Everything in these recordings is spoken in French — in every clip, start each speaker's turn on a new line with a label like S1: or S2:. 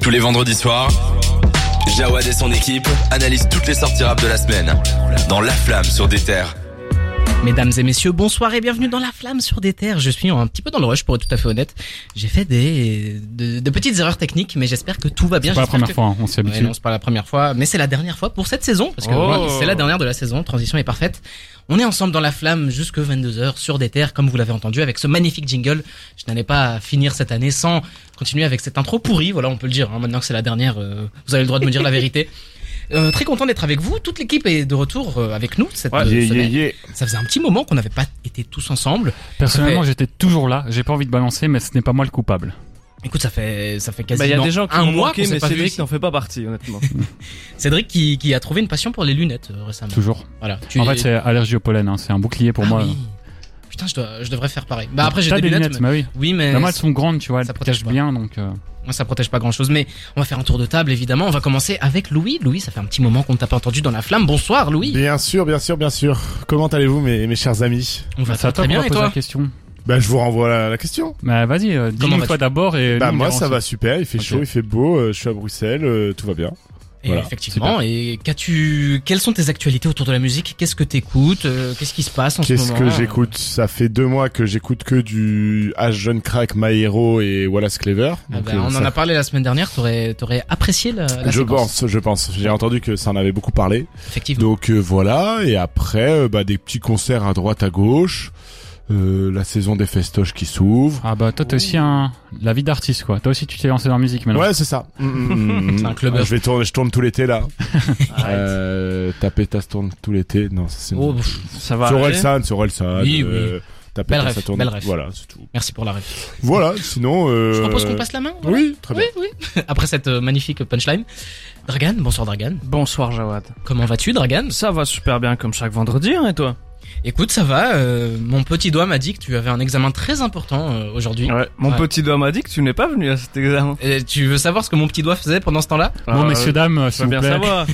S1: Tous les vendredis soirs, Jawad et son équipe analysent toutes les sorties rap de la semaine dans La Flamme sur des terres.
S2: Mesdames et messieurs, bonsoir et bienvenue dans La Flamme sur des terres. Je suis un petit peu dans le rush pour être tout à fait honnête. J'ai fait des de, de petites erreurs techniques, mais j'espère que tout va bien.
S3: C'est pas la
S2: J'espère
S3: première
S2: que-
S3: fois, hein, on s'y
S2: Ouais,
S3: habitue.
S2: non, c'est pas la première fois, mais c'est la dernière fois pour cette saison, parce que
S3: Oh.
S2: voilà, c'est la dernière de la saison, transition est parfaite. On est ensemble dans la flamme jusque 22h sur des terres, comme vous l'avez entendu, avec ce magnifique jingle. Je n'allais pas finir cette année sans continuer avec cette intro pourrie, voilà, on peut le dire, hein, maintenant que c'est la dernière, euh, vous avez le droit de me dire la vérité. Euh, très content d'être avec vous, toute l'équipe est de retour euh, avec nous cette euh, semaine. Ça faisait un petit moment qu'on n'avait pas été tous ensemble.
S3: Personnellement,
S2: fait-
S3: j'étais toujours là. J'ai pas envie de balancer, mais ce n'est pas moi le coupable.
S2: Écoute, ça fait ça fait
S4: Bah,
S2: quasiment
S4: il y a des gens qui
S2: un
S4: m'ont
S2: mois
S4: manqué,
S2: qu'on s'est
S4: mais
S2: pas vu
S4: Cédric
S2: ici.
S4: n'en fait pas partie, honnêtement.
S2: Cédric qui, qui a trouvé une passion pour les lunettes euh, récemment.
S3: Toujours.
S2: Voilà. Tu
S3: En
S2: es-
S3: fait, c'est allergie au pollen. hein, C'est un bouclier pour
S2: Ah
S3: moi.
S2: oui. Putain, je, dois- je devrais faire pareil. Bah après j'ai
S3: T'as
S2: des, lunettes.
S3: bah oui.
S2: mais- Oui, mais
S3: Bah, moi, elles sont grandes, tu vois.
S2: ça
S3: Elles
S2: protège
S3: cachent
S2: pas.
S3: bien, donc. euh,
S2: ça- ça protège pas grand chose. Mais on va faire un tour de table évidemment. On va commencer avec Louis. Louis, ça fait un petit moment qu'on t'a pas entendu dans la flamme. Bonsoir Louis.
S5: Bien sûr, bien sûr, bien sûr. Comment allez-vous, mes, mes chers amis
S2: On va
S3: bah, c'est
S2: très,
S3: à toi
S2: très
S3: qu'on
S2: bien
S3: va
S2: et
S3: poser
S2: toi
S3: la question.
S5: Bah, je vous renvoie la, la question.
S3: Bah, vas-y, euh,
S2: Comment
S3: dis-nous toi
S2: vas-tu
S3: d'abord et.
S5: bah,
S3: nous, on
S5: moi,
S3: verra
S5: ça va
S3: ensuite.
S5: super. Il fait
S3: Ok.
S5: chaud, il fait beau. euh, je suis à Bruxelles, euh, tout va bien.
S2: Et
S5: Voilà,
S2: effectivement. Et qu'as-tu Quelles sont tes actualités autour de la musique Qu'est-ce que t'écoutes Euh, Qu'est-ce qui se passe en ce
S5: Qu'est-ce
S2: moment
S5: que j'écoute Ça fait deux mois que j'écoute que du H Jeune Crack, My Hero et Wallace Clever.
S2: Ah
S5: Donc,
S2: bah,
S5: euh,
S2: on
S5: ça-
S2: en a parlé la semaine dernière. T'aurais t'aurais apprécié la, la
S5: je
S2: séquence.
S5: pense, je pense. J'ai entendu que ça en avait beaucoup parlé.
S2: Effectivement.
S5: Donc euh, voilà, et après, euh, bah, des petits concerts à droite, à gauche, euh, la saison des festoches qui s'ouvre.
S3: Ah, bah, toi, t'es aussi un. La vie d'artiste, quoi. Toi aussi, tu t'es lancé dans la musique maintenant.
S5: Ouais, c'est ça. Mm, mm, mm,
S2: C'est un
S5: mm.
S2: clubber.
S5: Ah, Je vais tourner, je tourne tout l'été là. euh, taper ta tourne tout l'été. Non, ça, c'est
S2: Oh, pff,
S4: Ça va.
S5: sur
S4: aller.
S5: Orelsan, sur Orelsan.
S2: Oui, oui.
S5: euh, taper
S2: Belle
S5: ta-
S2: ref,
S5: ça tourne.
S2: belle ref.
S5: Voilà, c'est tout.
S2: merci pour la réponse.
S5: Voilà, sinon. Euh...
S2: Je propose qu'on passe la main. voilà.
S5: Oui, très bien.
S2: oui, oui. Après cette euh, magnifique punchline. Dragan, bonsoir Dragan.
S4: Bonsoir Jawad.
S2: Comment vas-tu Dragan
S4: Ça va super bien comme chaque vendredi, hein, et toi
S2: Écoute, ça va. euh, mon petit doigt m'a dit que tu avais un examen très important euh, aujourd'hui.
S4: Ouais. Mon
S2: Ouais.
S4: petit doigt m'a dit que tu n'es pas venu à cet examen.
S2: Et tu veux savoir ce que mon petit doigt faisait pendant ce temps-là
S3: Bon, messieurs, dames, euh,
S4: je
S3: s'il
S4: veux
S3: vous
S4: bien
S3: plaît.
S4: savoir.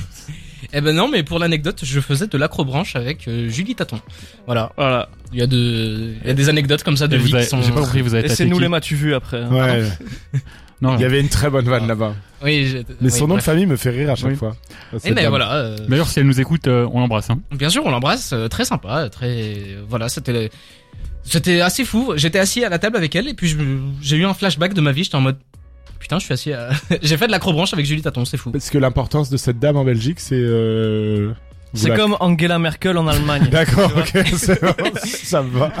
S2: Eh ben non, mais pour l'anecdote, je faisais de l'acrobranche avec euh, Julie Taton. Voilà,
S4: Voilà.
S2: il y a de, il y a des anecdotes comme ça de
S3: Et
S2: vie
S3: vous avez-
S2: qui sont.
S3: J'ai pas compris, vous avez
S4: Et c'est
S3: tapé
S4: nous
S3: qui
S4: les m'as-tu vu après. hein.
S5: Ouais,
S3: Non,
S5: il y avait une très bonne vanne là-bas.
S2: Ah. Oui, je-
S5: Mais
S2: oui,
S5: son nom de
S2: bref.
S5: famille me fait rire à chaque
S3: Oui.
S5: fois.
S2: Eh ben voilà. euh,
S3: D'ailleurs, si elle nous
S5: Ah,
S3: écoute, euh, on l'embrasse. Hein.
S2: Bien sûr, on l'embrasse, euh, très sympa, très voilà, c'était c'était assez fou. J'étais assis à la table avec elle et puis je me- j'ai eu un flashback de ma vie, j'étais en mode putain, je suis assis à... j'ai fait de l'acrobranche avec Julie Taton, c'est fou.
S5: Parce que l'importance de cette dame en Belgique, c'est. Euh... vous
S4: C'est
S5: la-
S4: comme Angela Merkel en Allemagne.
S5: D'accord,
S4: Tu vois
S5: ok, c'est bon, ça me va.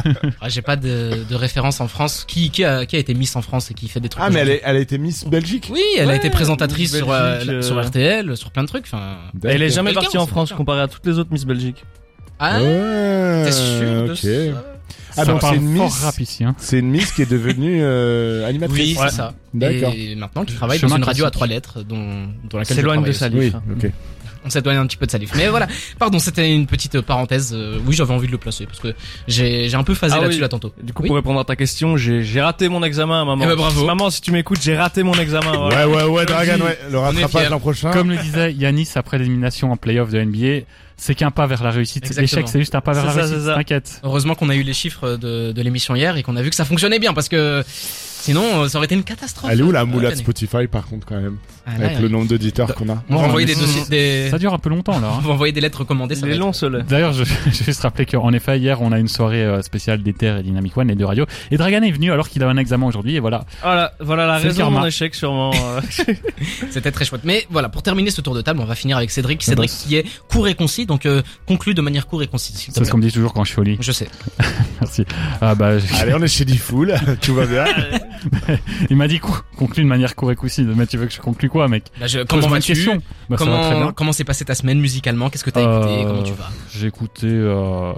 S2: Ah, j'ai pas de, de référence en France qui qui a, qui a été Miss en France et qui fait des trucs.
S5: Ah, mais elle,
S2: aujourd'hui.
S5: est- elle a été Miss Belgique.
S2: Oui, elle a
S4: Ouais,
S2: été présentatrice
S4: Miss
S2: sur euh,
S4: Belgique, euh,
S2: sur RTL, sur plein de trucs, enfin
S4: Elle est jamais
S2: Quelqu'un,
S4: partie
S2: on
S4: en
S2: sait
S4: France
S2: pas.
S4: comparée à toutes les autres Miss Belgique.
S2: Ah,
S5: Ouais,
S2: t'es sûr de
S5: ok.
S2: ça
S5: Ah,
S3: ça
S5: donc
S3: parle
S5: c'est une
S3: fort
S5: miss.
S3: rap ici. Hein.
S5: C'est une Miss qui est devenue euh,
S2: Oui,
S5: animatrice.
S2: c'est ça.
S5: D'accord.
S2: Et maintenant, qui travaille dans
S3: Chemin
S2: une radio à
S3: classique.
S2: trois lettres, dont, dans laquelle je
S4: C'est loin
S2: travaille
S4: de
S2: aussi.
S4: Salif.
S5: Oui,
S4: hein.
S5: ok.
S2: On s'éloigne un petit peu de Salif. Mais voilà, pardon, c'était une petite parenthèse. Euh, oui, j'avais envie de le placer parce que j'ai j'ai un peu phasé
S4: Ah
S2: là-dessus
S4: oui.
S2: là tantôt.
S4: Du coup,
S2: Oui.
S4: pour répondre à ta question, j'ai j'ai raté mon examen, maman.
S2: Eh ben, bravo.
S4: Maman, si tu m'écoutes, j'ai raté mon examen. voilà.
S5: Ouais, ouais, ouais,
S4: Je
S5: Dragan,
S4: dis,
S5: ouais. Le
S2: on est fiers.
S5: rattrapage l'an prochain.
S3: Comme le disait Yanis après l'élimination en playoff de NBA, c'est qu'un pas vers la réussite.
S2: Exactement.
S3: L'échec, c'est juste un pas vers
S4: C'est
S3: la
S4: ça,
S3: réussite.
S4: c'est ça.
S3: T'inquiète.
S2: Heureusement qu'on a eu les chiffres de, de l'émission hier et qu'on a vu que ça fonctionnait bien parce que sinon euh, ça aurait été une catastrophe.
S5: Elle est où la
S2: Euh,
S5: moula de
S2: l'année.
S5: Spotify par contre quand même
S2: Ah, là,
S5: Avec le nombre d'auditeurs qu'on a.
S2: On va
S3: Ouais,
S2: envoyer
S3: mais
S2: des dossiers, des...
S3: Ça dure un peu longtemps là.
S2: on
S3: hein.
S2: va envoyer des lettres recommandées. Ça
S4: Il est
S2: va
S4: long, ce lait.
S3: D'ailleurs, je, je vais juste rappeler qu'en effet, hier, on a une soirée euh, spéciale d'Ether et Dynamic One et de radio. Et Dragan est venu alors qu'il avait un examen aujourd'hui. Et voilà.
S4: Voilà, voilà la
S3: C'est le
S4: raison de mon
S3: karma.
S4: échec, sûrement. euh.
S2: être- C'était très chouette. Mais voilà, pour terminer ce tour de table, on va finir avec Cédric. Cédric
S3: boss.
S2: qui est court et concis, donc euh, conclu de manière court et concise. s'il te
S3: C'est ce
S2: plaît.
S3: qu'on me dit toujours quand je suis au lit.
S2: Je sais.
S3: Merci. Ah, bah, je-
S5: Allez, on est chez Difool, tout va bien.
S3: il m'a dit cou- conclue de manière courte et concise. Mais tu veux que je conclue quoi, mec
S2: Bah, je- comment
S3: Pose-moi une
S2: vas-tu
S3: question. Bah, ça va très
S2: Comment
S3: bien.
S2: comment s'est passée ta semaine musicalement Qu'est-ce que t'as écouté
S3: Euh,
S2: Comment tu vas
S3: J'ai écouté. euh, euh,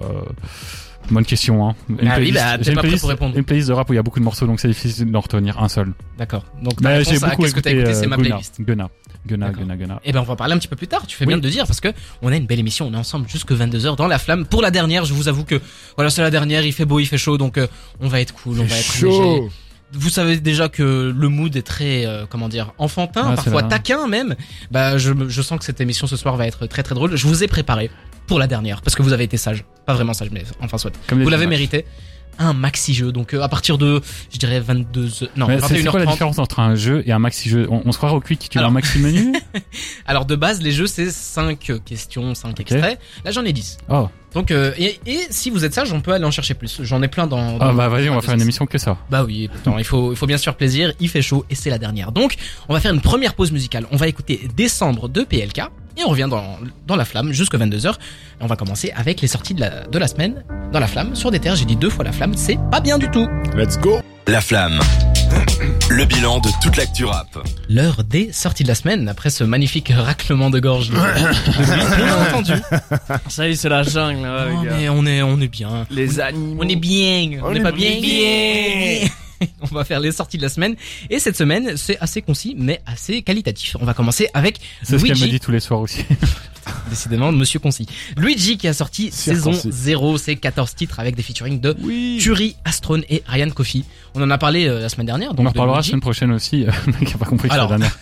S3: Bonne question, hein. Une
S2: Ah oui,
S3: playlist-
S2: bah, t'es
S3: j'ai une
S2: pas prêt
S3: playlist-
S2: pour répondre.
S3: Une playlist de rap où il y a beaucoup de morceaux, donc c'est difficile d'en retenir un seul.
S2: D'accord. Donc ta
S3: Mais
S2: réponse
S3: bah, j'ai
S2: à
S3: beaucoup
S2: qu'est-ce que t'as
S3: écouté,
S2: écouté,
S3: euh,
S2: c'est ma
S3: Gunna,
S2: playlist.
S3: Gunna, Gunna,
S2: D'accord.
S3: Gunna, Gunna.
S2: Eh ben, on va en parler un petit peu plus tard. Tu fais
S3: Oui.
S2: bien de le dire parce que on a une belle émission. On est ensemble jusque 22h dans la flamme. Pour la dernière, je vous avoue que voilà, c'est la dernière. Il fait beau, il fait chaud, donc euh, on va être cool, on va être léger.
S5: Chaud
S2: Vous savez déjà que le mood est très, euh, comment dire, enfantin,
S3: Ouais, c'est
S2: parfois
S3: vrai.
S2: taquin même. Bah, je, je sens que cette émission ce soir va être très très drôle. Je vous ai préparé pour la dernière parce que vous avez été sage, pas vraiment sage, mais enfin soit.
S3: Comme
S2: Vous
S3: des-
S2: l'avez mérité. un maxi-jeu. Donc euh, à partir de, je dirais 22 heures- non,
S3: Mais c'est- C'est quoi la
S2: 21h30.
S3: différence entre un jeu et un maxi jeu on, on se croirait au quick, tu veux un
S2: Alors-
S3: maxi menu
S2: Alors de base, les jeux c'est 5 questions, 5 extraits. Là, j'en ai 10.
S3: Oh,
S2: Donc euh, et, et si vous êtes sage, on peut aller en chercher plus. J'en ai plein dans,
S3: Ah
S2: dans-
S3: bah vas-y, on va faire une
S2: dans-
S3: émission que ça.
S2: Bah oui, pourtant, il faut, il faut bien se faire plaisir, il fait chaud et c'est la dernière. Donc, on va faire une première pause musicale. On va écouter Décembre de PLK et on revient dans, dans la flamme jusqu'à 22h. Et on va commencer avec les sorties de la, de la semaine dans la flamme sur des terres. J'ai dit deux fois la flamme, c'est pas bien du tout.
S5: Let's go
S1: La flamme. Le bilan de toute l'actu rap.
S2: L'heure des sorties de la semaine après ce magnifique raclement de gorge. de- de- on a entendu.
S4: Ça y est, c'est la jungle,
S3: Ah,
S4: là,
S2: Oh,
S4: les gars.
S2: mais on est, on est bien.
S4: Les animaux.
S2: On est bien, on
S5: On
S2: n'est
S5: est
S2: pas bien.
S4: bien.
S2: On va faire les sorties de la semaine et cette semaine c'est assez concis mais assez qualitatif. On va commencer avec
S3: C'est ce qu'elle me
S2: Luigi,
S3: dit tous les soirs aussi.
S2: décidément Monsieur Concis. Luigi qui a sorti saison
S5: Circoncis.
S2: 0, c'est 14 titres avec des featuring de
S4: Oui.
S2: Turi, Astrone et Ryan Coffey. On en a parlé euh, la semaine dernière. Donc
S3: on en
S2: de
S3: reparlera la
S2: Luigi.
S3: semaine prochaine aussi. euh, Le mec a pas compris que c'était la
S2: Alors,
S3: dernière.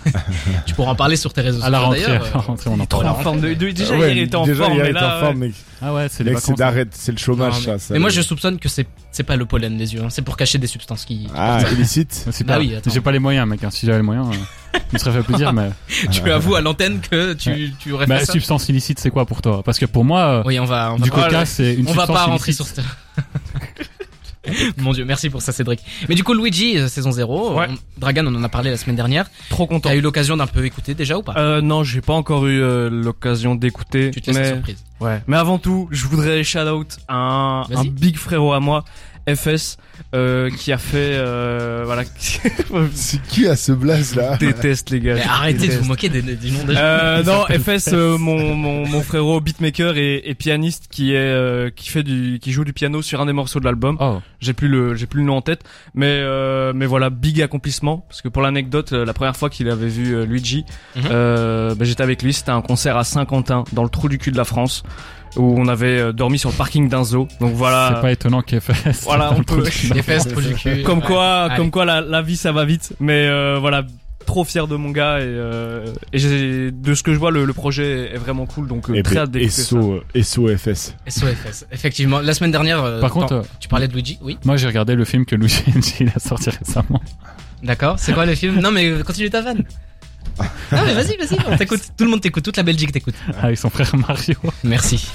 S2: Tu pourras en parler sur tes réseaux
S3: À la
S2: sociaux
S3: rentrée, à
S2: d'ailleurs.
S3: la
S2: euh,
S3: rentrée, on en
S2: trop
S4: En
S3: parlera.
S2: la
S4: forme de- de- déjà,
S5: Ouais,
S4: hier, il était en
S5: déjà,
S4: forme,
S5: hier,
S4: mais
S5: il était en
S4: là,
S5: forme, mec.
S3: Ah ouais, c'est les
S5: Mec, c'est
S3: vacances.
S5: d'arrêt, c'est le chômage,
S2: non, mais,
S5: ça. ça
S2: mais moi
S5: le-
S2: je soupçonne que c'est c'est pas le pollen des yeux, hein, c'est pour cacher des substances qui.
S5: Ah, illicite
S3: C'est
S2: Bah
S3: pas-
S2: oui, attends.
S3: J'ai pas les moyens, mec. hein. Si j'avais les moyens, euh, je me serais fait plaisir. Mais
S2: tu avoues à l'antenne que tu, tu aurais fait
S3: bah,
S2: ça.
S3: substance illicite, c'est quoi pour toi Parce que pour moi, euh,
S2: Oui, on va. On va
S3: du
S2: pas-
S3: coca, c'est une
S2: on va
S3: substance
S2: pas rentrer
S3: illicite.
S2: sur ce Mon dieu, merci pour ça Cédric. Mais du coup Luigi, euh, saison 0,
S4: Ouais.
S2: Dragan on en a parlé la semaine dernière.
S4: Trop content.
S2: T'as eu l'occasion d'un peu écouter déjà ou pas
S4: Euh, non, j'ai pas encore eu euh, l'occasion d'écouter.
S2: Tu te laisses la
S4: mais...
S2: surprise.
S4: Ouais. Mais avant tout, je voudrais shout out un,
S2: Vas-y.
S4: un big frérot à moi, FS, euh, qui a fait, euh, voilà,
S5: C'est qui à ce blaze là
S4: déteste les gars.
S2: Mais
S4: je
S2: arrêtez de
S4: déteste.
S2: vous moquer des, des- des noms des gens.
S4: Euh, non, FS, euh, mon, mon, mon frérot beatmaker et, et pianiste qui est euh, qui fait du qui joue du piano sur un des morceaux de l'album.
S3: Oh,
S4: J'ai plus le j'ai plus le nom en tête, mais euh, mais voilà, big accomplissement parce que pour l'anecdote, euh, la première fois qu'il avait vu euh, Luigi,
S2: Mhm.
S4: euh, bah, j'étais avec lui, c'était un concert à Saint-Quentin dans le trou du cul de la France où on avait euh, dormi sur le parking d'un zoo. Donc
S3: c'est
S4: voilà.
S3: pas étonnant qu'FS.
S4: Voilà, on peut-
S2: Des fesses, trou du cul.
S4: Comme quoi,
S2: Allez.
S4: comme quoi la, la vie ça va vite, mais euh, voilà, trop fier de mon gars et, euh, et j'ai- de ce que je vois le, le projet est vraiment cool donc euh,
S5: Eh ben, Et
S4: très hâte d'écouter ça.
S5: SOFS.
S2: euh, SOFS. Effectivement, la semaine dernière euh,
S3: Par contre,
S2: t'en-
S3: euh,
S2: tu parlais de Luigi, oui.
S3: moi j'ai regardé le film que Luigi il a sorti récemment.
S2: D'accord, c'est quoi le film Non mais euh, continue ta vanne. Non mais vas-y, vas-y, on t'écoute. Tout le monde t'écoute, toute la Belgique t'écoute.
S3: Ah, avec son frère Mario.
S2: Merci.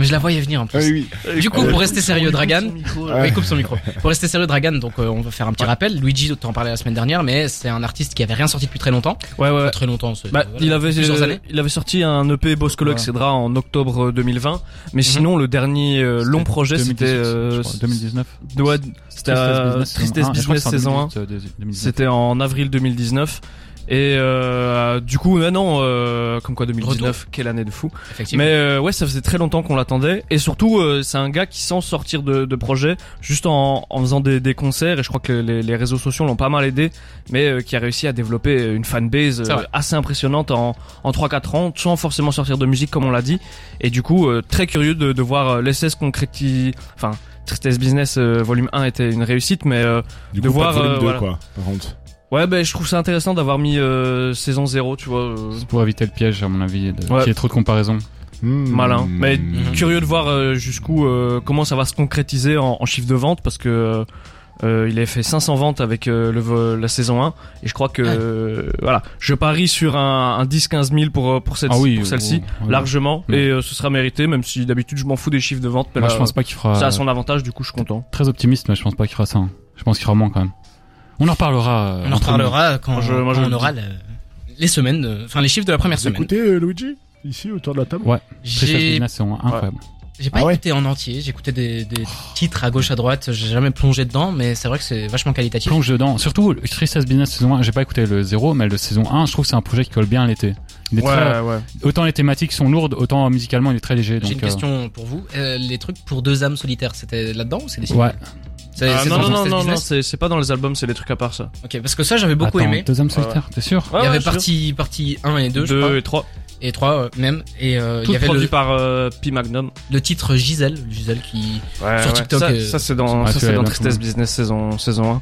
S2: Mais je la voyais venir en plus.
S5: oui.
S2: Du coup,
S5: Euh,
S2: pour rester sérieux, Dragan,
S4: euh,
S5: Ouais.
S2: Oui, coupe son micro. Pour rester sérieux, Dragan, donc euh, on va faire un petit rappel. Luigi, t'en parlais la semaine dernière, mais c'est un artiste qui avait rien sorti depuis très longtemps.
S4: Ouais ouais.
S2: Pas très longtemps, c'est-
S4: Bah,
S2: voilà,
S4: il avait
S2: plusieurs
S4: euh,
S2: années.
S4: il avait sorti un EP Boscologue
S3: Voilà.
S4: Cédra en octobre euh, 2020, mais
S2: Mhm.
S4: sinon le dernier euh, long projet c'était
S3: 2018,
S4: euh,
S3: je crois, 2019.
S4: ouais, c'était euh, Tristesse Business saison
S3: Ah,
S4: 1. C'était en avril 2019. Et euh, du coup, non, non, euh, comme quoi 2019, quelle année de fou.
S2: effectivement.
S4: Mais euh, ouais, ça faisait très longtemps qu'on l'attendait. Et surtout, euh, c'est un gars qui sans sortir de, de projet, juste en, en faisant des, des concerts, et je crois que les, les réseaux sociaux l'ont pas mal aidé, mais euh, qui a réussi à développer une fanbase
S2: C'est
S4: euh,
S2: vrai.
S4: assez impressionnante en, en 3-4 ans, sans forcément sortir de musique comme on l'a dit. Et du coup, euh, très curieux de, de voir euh, l'essai se concrétiser. Enfin, Tristesse Business euh, volume 1 était une réussite, mais... euh,
S5: Du
S4: De
S5: coup,
S4: voir,
S5: pas de volume
S4: euh,
S5: 2,
S4: voilà.
S5: quoi, par contre.
S4: Ouais, ben je trouve ça intéressant d'avoir mis euh, saison 0, tu vois. euh,
S3: pour éviter le piège, à mon avis, de...
S4: Ouais.
S3: qu'il y ait trop de comparaisons.
S5: Hmm.
S4: Malin. Mais
S3: Mhm.
S5: Hmm.
S4: curieux de voir euh, jusqu'où, euh, comment ça va se concrétiser en, en chiffre de vente parce que euh, il a fait 500 ventes avec euh, le, vo- la saison 1 et je crois que
S2: Ouais.
S4: euh, voilà, je parie sur un, un 10-15 000 pour, euh, pour, cette,
S3: Ah oui,
S4: pour celle-ci
S3: ouais.
S4: largement
S3: Ouais.
S4: et euh, ce sera mérité même si d'habitude je m'en fous des chiffres de vente mais
S3: Moi,
S4: là,
S3: je pense pas qu'il fera.
S4: euh, ça a son avantage du coup je suis content.
S3: Très optimiste, mais je pense pas qu'il fera ça. hein. Je pense qu'il fera moins quand même. On en reparlera. euh,
S2: on en
S3: entre
S2: reparlera quand,
S4: je- moi,
S2: quand
S4: je
S2: on
S4: le
S2: aura le- les semaines, euh, enfin les chiffres de la première
S5: Vous
S2: semaine.
S5: écoutez euh, Luigi Ici, autour de la table
S3: Ouais. nous. Tristesse
S2: J'ai
S3: Business saison 1, incroyable. Oh,
S2: j'ai pas
S5: Ah ouais
S2: écouté en entier, j'ai écouté des, des titres à gauche à droite, j'ai jamais plongé dedans, mais c'est vrai que c'est vachement qualitatif.
S3: Plonge dedans. Surtout, le Tristesse Business saison 1, j'ai pas écouté le 0, mais le saison 1, je trouve que c'est un projet qui colle bien à l'été. Il est très- Euh,
S4: ouais.
S3: Autant les thématiques sont lourdes, autant euh, musicalement il est très léger.
S2: J'ai
S3: donc,
S2: une
S3: euh,
S2: question pour vous. Euh, les trucs pour deux âmes solitaires, c'était là-dedans ou c'est des
S3: euh, Ouais,
S2: C'est
S4: Ah,
S2: c'est
S4: non
S2: dans
S4: non non
S2: Tristesse
S4: non, non
S2: Business
S4: c'est c'est pas dans les albums c'est les trucs à part ça.
S2: Ok, parce que ça j'avais beaucoup
S3: Attends,
S2: aimé.
S3: Deux hommes solitaires, t'es sûr
S2: Il y avait
S4: je suis
S2: partie, partie 1 et 2,
S4: sûr.
S2: je crois,
S4: Ah Deux et trois.
S2: et 3 même. Et euh, il
S4: Tout
S2: y avait
S4: produit
S2: le,
S4: par euh, P Magnum.
S2: le titre Gisèle, Gisèle qui
S4: Ouais,
S2: Sur
S4: ouais.
S2: TikTok,
S4: Ça,
S2: euh,
S4: ça, c'est dans,
S3: Ah,
S4: ça,
S3: tu
S4: c'est
S3: l'as
S4: dans
S3: bien
S4: Tristesse
S3: trouvé.
S4: Business saison, saison 1.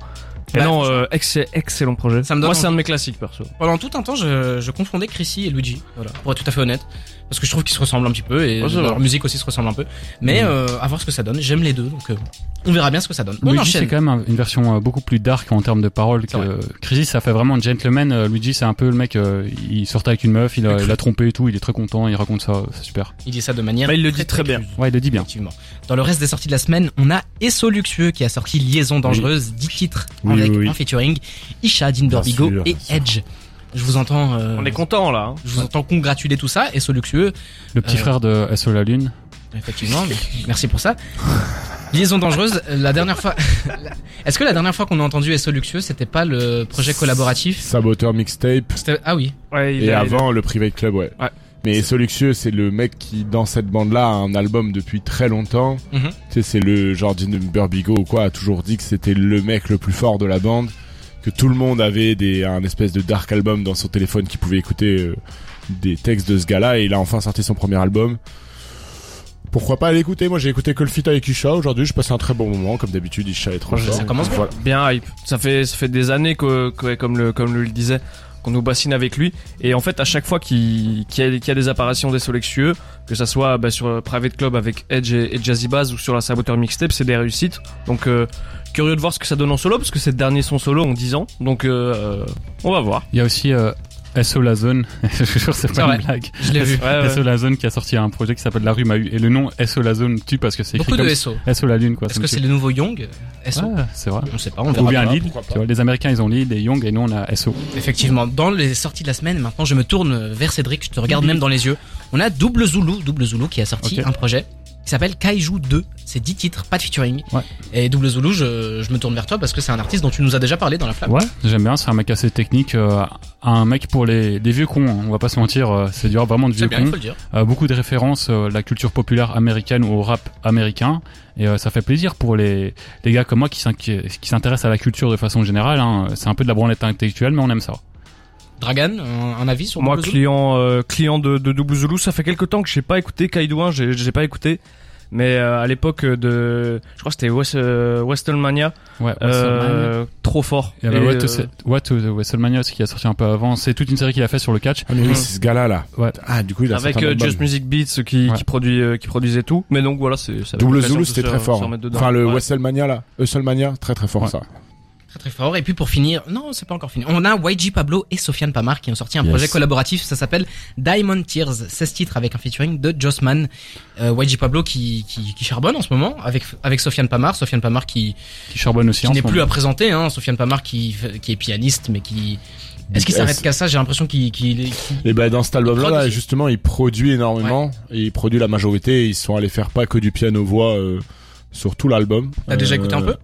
S4: Mais
S2: Ouais,
S4: non,
S2: franchement.
S4: euh, ex- excellent projet.
S2: Ça me donne
S4: Moi, c'est
S2: envie.
S4: un de mes classiques, perso.
S2: Pendant tout un temps, je, je confondais Chrissy et Luigi, voilà, pour être tout à fait honnête, parce que je trouve qu'ils se ressemblent un petit peu et
S4: Ouais, c'est
S2: leur
S4: vrai.
S2: musique aussi se ressemble un peu. Mais euh, à voir ce que ça donne. J'aime les deux, donc euh, on verra bien ce que ça donne. On
S3: Luigi, c'est
S2: enchaîne.
S3: quand même un- une version euh, beaucoup plus dark en termes de paroles que
S2: C'est vrai.
S3: euh, Crisis. Ça fait vraiment gentleman. Euh, Luigi, c'est un peu le mec, euh, il sortait avec une meuf, il a- il l'a trompé et tout, il est très content, il raconte ça, euh, c'est super.
S2: Il dit ça de manière.
S4: Mais Bah, il le dit très bien.
S2: cruse,
S3: Ouais, il le dit bien.
S2: Effectivement. Dans le reste des sorties de la semaine, on a Esso Luxueux qui a sorti Liaison Dangereuse, 10 titres
S5: Oui,
S2: avec
S5: oui, oui.
S2: en featuring Isha, Dean
S5: Bien
S2: Burbigo
S5: sûr,
S2: et
S5: bien sûr.
S2: Edge. Je vous entends. euh,
S4: On est content là. hein.
S2: je vous entends congratuler tout ça, Esso Luxueux.
S3: Le petit
S2: Euh,
S3: frère de SO la Lune.
S2: Effectivement, mais- merci pour ça. Liaison dangereuse, la dernière fois. Est-ce que la dernière fois qu'on a entendu SO Luxueux, c'était pas le projet collaboratif
S5: Saboteur mixtape.
S2: C'était- Ah oui,
S4: Ouais, il
S5: Et
S4: a-
S5: avant, le Private Club, ouais.
S4: Ouais.
S5: Mais Soluxieux, c'est le mec qui, dans cette bande-là, a un album depuis très longtemps.
S2: Mhm.
S5: Tu sais, c'est le genre Dean Burbigo ou quoi, a toujours dit que c'était le mec le plus fort de la bande, que tout le monde avait des, un espèce de dark album dans son téléphone qui pouvait écouter euh, des textes de ce gars-là, et il a enfin sorti son premier album. Pourquoi pas l'écouter Moi, j'ai écouté que le feat avec Isha aujourd'hui, je passe un très bon moment, comme d'habitude, Isha est trop
S4: Ça
S5: fort.
S2: commence bien.
S5: Voilà.
S4: il- bien hype. Ça fait ça fait des années que, que- comme le comme le disait qu'on nous bassine avec lui et en fait à chaque fois qu'il qu'il y, a- qu'il y a des apparitions des Solexieux, que ça soit bah, sur euh, Private Club avec Edge et, et Jazzy Bass ou sur la Saboteur Mixtape, c'est des réussites. Donc euh, curieux de voir ce que ça donne en solo parce que c'est le dernier son solo en 10 ans. Donc euh, euh, on va voir.
S3: Il y a aussi euh, SO la Zone. je te jure, c'est
S2: C'est
S3: pas
S2: vrai. Ah
S3: une blague.
S2: je l'ai vu.
S4: Ouais, ouais.
S3: SO la Zone qui a sorti un projet qui s'appelle La Rue m'a eu. Et le nom SO la Zone tue parce que c'est écrit
S2: Beaucoup de
S3: comme
S2: SO.
S3: SO la Lune, quoi.
S2: Est-ce
S3: ça me
S2: que
S3: tue.
S2: c'est le nouveau Young SO
S3: Ouais, c'est vrai.
S2: On sait pas, on
S3: Ou
S2: verra.
S3: bien
S5: pas,
S3: Lead.
S5: pourquoi pas.
S3: Tu vois, les Américains, ils ont Lead et Young et nous, on a SO.
S2: Effectivement, dans les sorties de la semaine, maintenant je me tourne vers Cédric, je te regarde même dans les yeux. On a Double Zulu, Double Zulu qui a sorti
S3: Ok.
S2: un projet qui s'appelle Kaiju 2. C'est 10 titres, pas de featuring.
S3: Ouais.
S2: Et Double Zulu, je, je me tourne vers toi parce que c'est un artiste dont tu nous as déjà parlé dans la flamme.
S3: Ouais, j'aime bien, c'est un mec assez technique, euh, un mec pour les, les vieux cons, hein, on va pas se mentir, euh, c'est du rap vraiment de vieux
S2: C'est bien, il
S3: cons.
S2: faut le dire.
S3: Euh, beaucoup de références euh, à la culture populaire américaine ou au rap américain, et euh, ça fait plaisir pour les, les gars comme moi qui s'in- qui qui s'intéressent à la culture de façon générale, hein. c'est un peu de la branlette intellectuelle, mais on aime ça.
S2: Dragan, un, un avis sur
S4: Moi,
S2: Double Zulu
S4: client, euh, client de, de Double Zulu, ça fait quelques temps que j'ai pas écouté Kaido 1, j'ai j'ai pas écouté. Mais euh, à l'époque de, je crois que c'était West, euh, Westlemania,
S3: Ouais, Wesselmania.
S4: euh, trop fort.
S3: Et, bah,
S4: Et,
S3: What
S4: euh,
S3: to Se- What to the Wesselmania aussi qui a sorti un peu avant, c'est toute une série qu'il a fait sur le catch.
S5: Ah, mais
S2: Mmh.
S5: oui, c'est ce gars-là, là.
S3: Ouais.
S5: Ah, du coup, il a
S4: avec
S5: sorti un
S4: euh,
S5: album.
S4: Just Music Beats qui,
S3: Ouais.
S4: qui produit, euh, qui produisait tout. Mais donc voilà, c'est ça avait
S5: Double
S4: l'occasion
S5: Zulu,
S4: de
S5: c'était
S4: se-
S5: très
S4: se
S5: fort.
S4: remettre dedans.
S5: Enfin, le
S4: Ouais.
S5: Wesselmania, là. Wesselmania, très très fort,
S3: Ouais.
S5: ça.
S2: Très très fort. Et puis pour finir, non, c'est pas encore fini. On a YG Pablo et Sofiane Pamar qui ont sorti un
S5: Yes.
S2: projet collaboratif. Ça s'appelle Diamond Tears. 16 titres avec un featuring de Jossman. Euh, YG Pablo qui, qui, qui charbonne en ce moment avec, avec Sofiane Pamar. Sofiane Pamar qui,
S3: qui charbonne aussi
S2: qui
S3: en
S2: n'est
S3: ce
S2: plus
S3: moment.
S2: à présenter. Hein. Sofiane Pamar qui, fait- qui est pianiste mais qui... Est-ce qu'il
S5: Big
S2: s'arrête
S5: S.
S2: qu'à ça J'ai l'impression qu'il... qu'il est- qu'il-
S5: Et ben dans cet album-là,
S2: Prod
S5: là,
S2: aussi.
S5: justement, il produit énormément et il produit la majorité. Et ils sont allés faire pas que du piano voix euh, sur tout l'album. Euh,
S2: T'as déjà écouté un peu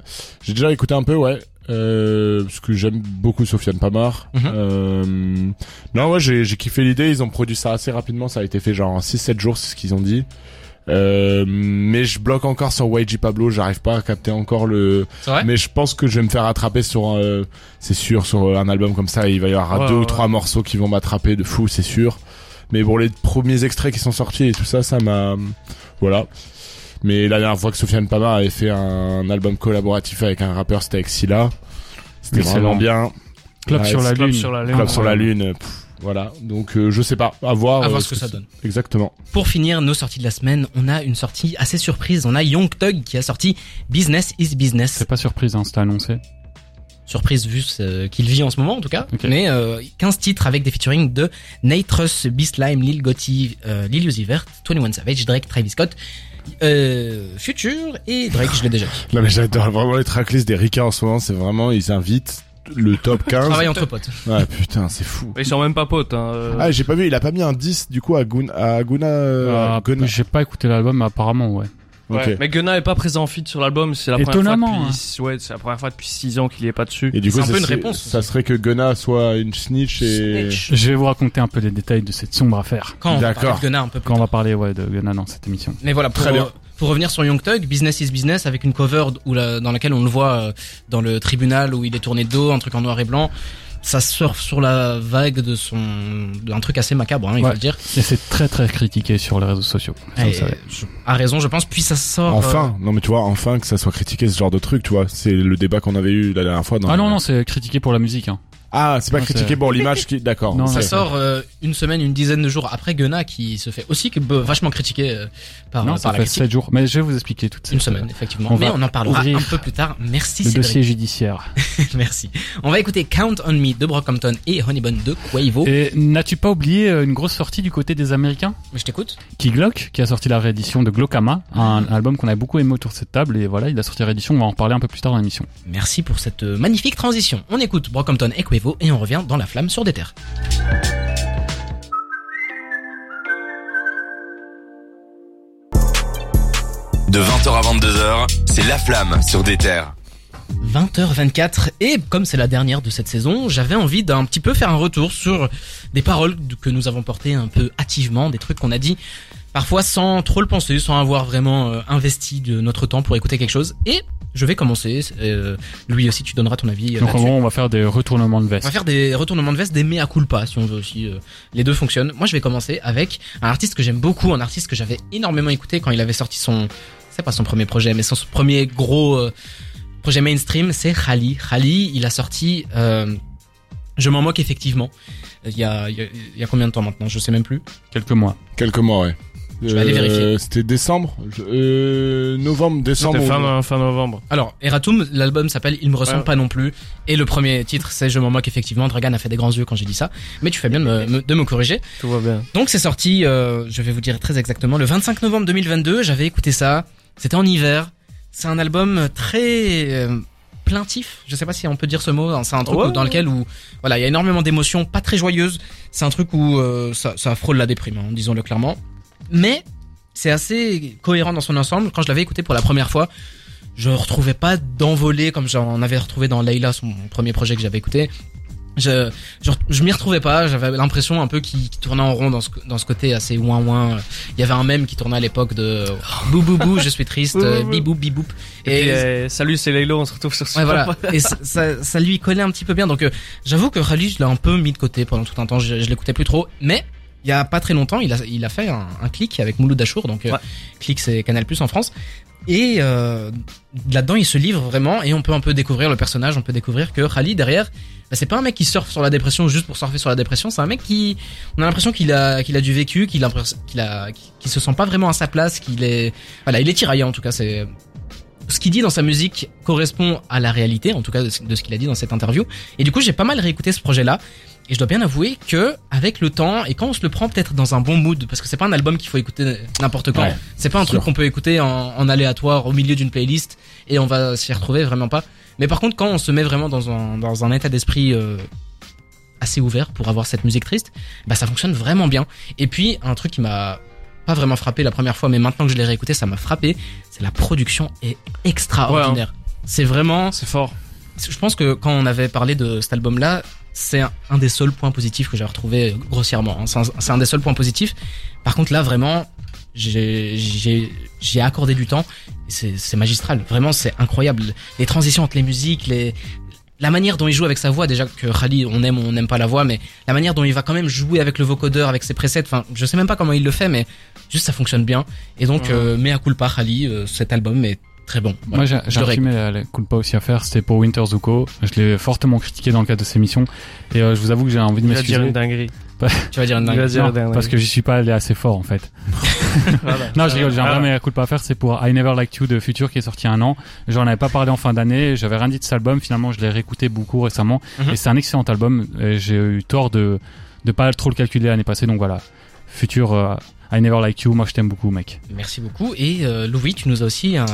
S5: J'ai déjà écouté un peu, ouais. Euh, parce que j'aime beaucoup Sofiane Pamar.
S2: Mhm.
S5: Euh, non, ouais, j'ai j'ai kiffé l'idée. Ils ont produit ça assez rapidement. Ça a été fait genre en 6-7 jours, c'est ce qu'ils ont dit. Euh, mais je bloque encore sur YG Pablo. J'arrive pas à capter encore le.
S2: C'est vrai
S5: Mais je pense que je vais me faire attraper sur, euh, c'est sûr, sur euh, un album comme ça, il va y avoir
S4: Ouais,
S5: deux
S4: ouais.
S5: ou trois morceaux qui vont m'attraper de fou, c'est sûr. Mais bon, les premiers extraits qui sont sortis et tout ça, ça m'a, voilà. Mais la dernière fois que Sofiane Pama avait fait un album collaboratif avec un rappeur, c'était avec Silla. C'était
S3: Excellent.
S5: vraiment bien.
S3: Club
S5: Ouais,
S3: sur la
S4: Club
S3: Lune.
S4: sur la lune.
S5: Club sur la lune, pff, voilà. Donc euh, je sais pas, à voir.
S2: À voir
S5: euh,
S2: ce que ça donne.
S5: Exactement.
S2: Pour finir nos sorties de la semaine, on a une sortie assez surprise. On a Young Thug qui a sorti Business is Business.
S3: C'est pas surprise, hein, c'était annoncé.
S2: surprise vu ce qu'il vit en ce moment en tout cas
S3: Ok.
S2: mais euh, 15 titres avec des featuring de Nate Russ, Beastlime, Lil Gotti, euh, Lil Uzi Vert, 21 Savage, Drake, Travis Scott, euh, Future et Drake je l'ai déjà dit.
S5: Non mais j'adore vraiment les tracklists des Rica en ce moment, c'est vraiment, ils invitent le Ah top 15.
S2: Travail entre potes.
S5: Ouais, putain, c'est fou.
S4: Ils sont même pas potes. Hein. euh.
S5: Ah, j'ai pas vu, il a pas mis un 10 du coup à Guna. À Guna, euh,
S3: Ah,
S5: Guna.
S3: J'ai pas écouté l'album, mais apparemment, ouais.
S5: Ok.
S4: Ouais. Mais Gunna est pas présent en feed sur l'album. C'est la première fois
S3: Étonnamment, hein.
S4: depuis, ouais, c'est la première fois depuis 6 ans qu'il y est pas dessus.
S5: Et du coup,
S2: C'est un
S5: ça
S2: peu une
S5: serait-
S2: réponse,
S5: Ça serait que Gona soit une snitch et.
S3: Je vais vous raconter un peu les détails de cette sombre affaire
S2: Quand on va
S5: D'accord.
S2: parler de Gunna un peu plus
S3: quand on
S2: tard.
S3: va parler ouais, de Gunna dans cette émission.
S2: Mais voilà pour euh,
S5: Très bien.
S2: pour revenir sur Young Thug, Business is Business avec une cover où la- dans laquelle on le voit euh, dans le tribunal où il est tourné de dos, un truc en noir et blanc. ça surfe sur la vague de son d'un truc assez macabre, hein, il
S3: Ouais.
S2: faut le dire.
S3: Et c'est très très critiqué sur les réseaux sociaux. Ça, vous
S2: Et
S3: savez.
S2: je- à raison, je pense. Puis ça sort.
S5: Enfin, non mais tu vois, enfin que ça soit critiqué ce genre de truc, tu vois, c'est le débat qu'on avait eu la dernière fois. dans-
S3: Ah non, non, c'est critiqué pour la musique. Hein.
S5: Ah, c'est pas
S3: Non,
S5: critiqué
S3: c'est-
S5: pour l'image qui, d'accord.
S3: Non,
S5: ok.
S2: Ça
S3: Ouais.
S2: sort euh, une semaine, une dizaine de jours après Gunna, qui se fait aussi que- bah, vachement critiquer euh, par,
S3: non,
S2: par
S3: ça
S2: la
S3: fait
S2: critique.
S3: 7 jours. Mais je vais vous expliquer tout de suite.
S2: Une semaine, effectivement.
S3: On
S2: Mais
S3: va
S2: on en parlera
S3: ouvrir
S2: un peu plus tard. Merci
S3: Le
S2: Cédric.
S3: dossier judiciaire.
S2: Merci. On va écouter Count on Me de Brockhampton et Honeybun de Quavo.
S3: Et n'as-tu pas oublié euh, une grosse sortie du côté des Américains
S2: Mais je t'écoute.
S3: Key Glock, qui a sorti la réédition de Glockama, un album qu'on a beaucoup aimé autour de cette table. Et voilà, il a sorti la réédition. On va en reparler un peu plus tard dans l'émission.
S2: Merci pour cette euh, magnifique transition. On écoute Brockhampton et Quavo et on revient dans la flamme sur des terres.
S1: De 20h à 22h, c'est La Flamme sur des terres.
S2: 20h24 et comme c'est la dernière de cette saison, j'avais envie d'un petit peu faire un retour sur des paroles que nous avons portées un peu hâtivement, des trucs qu'on a dit parfois sans trop le penser, sans avoir vraiment euh, investi de notre temps pour écouter quelque chose. Et je vais commencer. Euh, Louis aussi, tu donneras ton avis. euh,
S3: Donc en
S2: là-dessus.
S3: gros, on va faire des retournements de
S2: On va
S3: veste.
S2: faire des retournements de veste, des mea culpa si on veut aussi. euh, les deux fonctionnent. Moi, je vais commencer avec un artiste que j'aime beaucoup, un artiste que j'avais énormément écouté quand il avait sorti son, c'est pas son premier projet, mais son premier gros euh, projet mainstream, c'est Khali. Khali, il a sorti. euh, je m'en moque effectivement. Il y, a, il, y a, il y a combien de temps maintenant Je sais même plus.
S3: Quelques mois.
S5: Quelques mois, ouais. Euh,
S2: Je vais aller vérifier.
S5: C'était décembre, Je- euh, novembre, décembre.
S4: C'était
S5: ou-
S4: fin, fin novembre.
S2: Alors, Eratum, l'album s'appelle Il me ressemble
S4: Ouais.
S2: pas non plus. Et le premier titre, c'est Je m'en moque effectivement. Dragan a fait des grands yeux quand j'ai dit ça. Mais tu fais bien de me- me- de me corriger.
S4: Tout va bien.
S2: Donc c'est sorti, euh, je vais vous dire très exactement, le 25 novembre 2022, j'avais écouté ça, c'était en hiver, c'est un album très euh, plaintif, je sais pas si on peut dire ce mot, c'est un truc
S4: Ouais,
S2: où- dans
S4: ouais.
S2: lequel où voilà, il y a énormément d'émotions, pas très joyeuses, c'est un truc où euh, ça, ça frôle la déprime, hein, disons-le clairement, mais c'est assez cohérent dans son ensemble, quand je l'avais écouté pour la première fois, je retrouvais pas d'envolée comme j'en avais retrouvé dans Layla, son premier projet que j'avais écouté. Je, je, je m'y retrouvais pas, j'avais l'impression un peu qu'il qu'il tournait en rond dans ce, dans ce côté assez ouin ouin. Il y avait un mème qui tournait à l'époque de bou bou bou, je suis triste,
S4: Oh. Bou, bou,
S2: euh,
S4: bou.
S2: bibou bibou.
S4: Et,
S2: Et,
S4: euh, salut, c'est Laylo, on se retrouve sur ce
S2: ouais, voilà. Et ça, ça, ça lui collait un petit peu bien. Donc euh, j'avoue que Khalid, je l'ai un peu mis de côté pendant tout un temps, je, je l'écoutais plus trop. Mais il y a pas très longtemps, il a, il a fait un, un clic avec Mouloud Achour, donc euh,
S4: Ouais.
S2: clic c'est Canal Plus en France. Et euh, là-dedans, il se livre vraiment et on peut un peu découvrir le personnage, on peut découvrir que Khalid derrière, bah, c'est pas un mec qui surfe sur la dépression juste pour surfer sur la dépression, c'est un mec qui, on a l'impression qu'il a, qu'il a du vécu, qu'il a, qu'il a, qu'il se sent pas vraiment à sa place, qu'il est, voilà, il est tiraillé en tout cas, c'est, ce qu'il dit dans sa musique correspond à la réalité, en tout cas de ce de ce qu'il a dit dans cette interview. Et du coup, j'ai pas mal réécouté ce projet-là. Et je dois bien avouer que, avec le temps, et quand on se le prend peut-être dans un bon mood, parce que c'est pas un album qu'il faut écouter n'importe quand.
S5: Ouais,
S2: c'est pas un truc
S5: sûr.
S2: qu'on peut écouter en, en aléatoire au milieu d'une playlist et on va s'y retrouver vraiment pas. Mais par contre, quand on se met vraiment dans un, dans un état d'esprit euh, assez ouvert pour avoir cette musique triste, bah ça fonctionne vraiment bien. Et puis, un truc qui m'a pas vraiment frappé la première fois, mais maintenant que je l'ai réécouté, ça m'a frappé, c'est la production est
S5: hein.
S2: extraordinaire. C'est vraiment
S4: C'est fort.
S2: je pense que quand on avait parlé de cet album-là, c'est un, un des seuls points positifs que j'ai retrouvé euh, grossièrement. hein. C'est un, c'est un des seuls points positifs. Par contre, là, vraiment, j'ai- j'ai j'ai accordé du temps. Et C'est c'est magistral. Vraiment, c'est incroyable. Les transitions entre les musiques, les, la manière dont il joue avec sa voix, déjà que Khali, on aime ou on n'aime pas la voix, mais la manière dont il va quand même jouer avec le vocodeur, avec ses presets, enfin, je sais même pas comment il le fait, mais juste ça fonctionne bien. Et donc,
S4: Ouais.
S2: euh, mea culpa, Khali, euh, cet album est très bon. Voilà.
S3: Moi, j'ai j'ai
S2: Je
S3: un
S2: le
S3: petit mais, euh, culpa aussi à faire. C'était pour Winter Zuko. Je l'ai fortement critiqué dans le cadre de ses missions. Et euh, je vous avoue que j'ai envie de
S4: Il va dire
S3: m'excuser.
S4: une dinguerie.
S2: Tu vas dire une
S4: Il
S2: dingue.
S4: va dire
S3: Non,
S4: une dinguerie.
S3: parce que j'y suis pas allé assez fort en fait.
S4: Voilà.
S3: Non, je rigole, j'ai un
S4: Ah.
S3: vrai meilleur coup de pas à faire, c'est pour I Never Liked You de Future qui est sorti il y a un an. J'en avais pas parlé en fin d'année, j'avais rien dit de cet album, finalement je l'ai réécouté beaucoup récemment
S2: Mhm.
S3: et c'est un excellent album. et J'ai eu tort de de pas trop le calculer l'année passée, donc voilà. Future euh, I Never Liked You, moi je t'aime beaucoup mec.
S2: Merci beaucoup. Et euh, Louis, tu nous as aussi euh,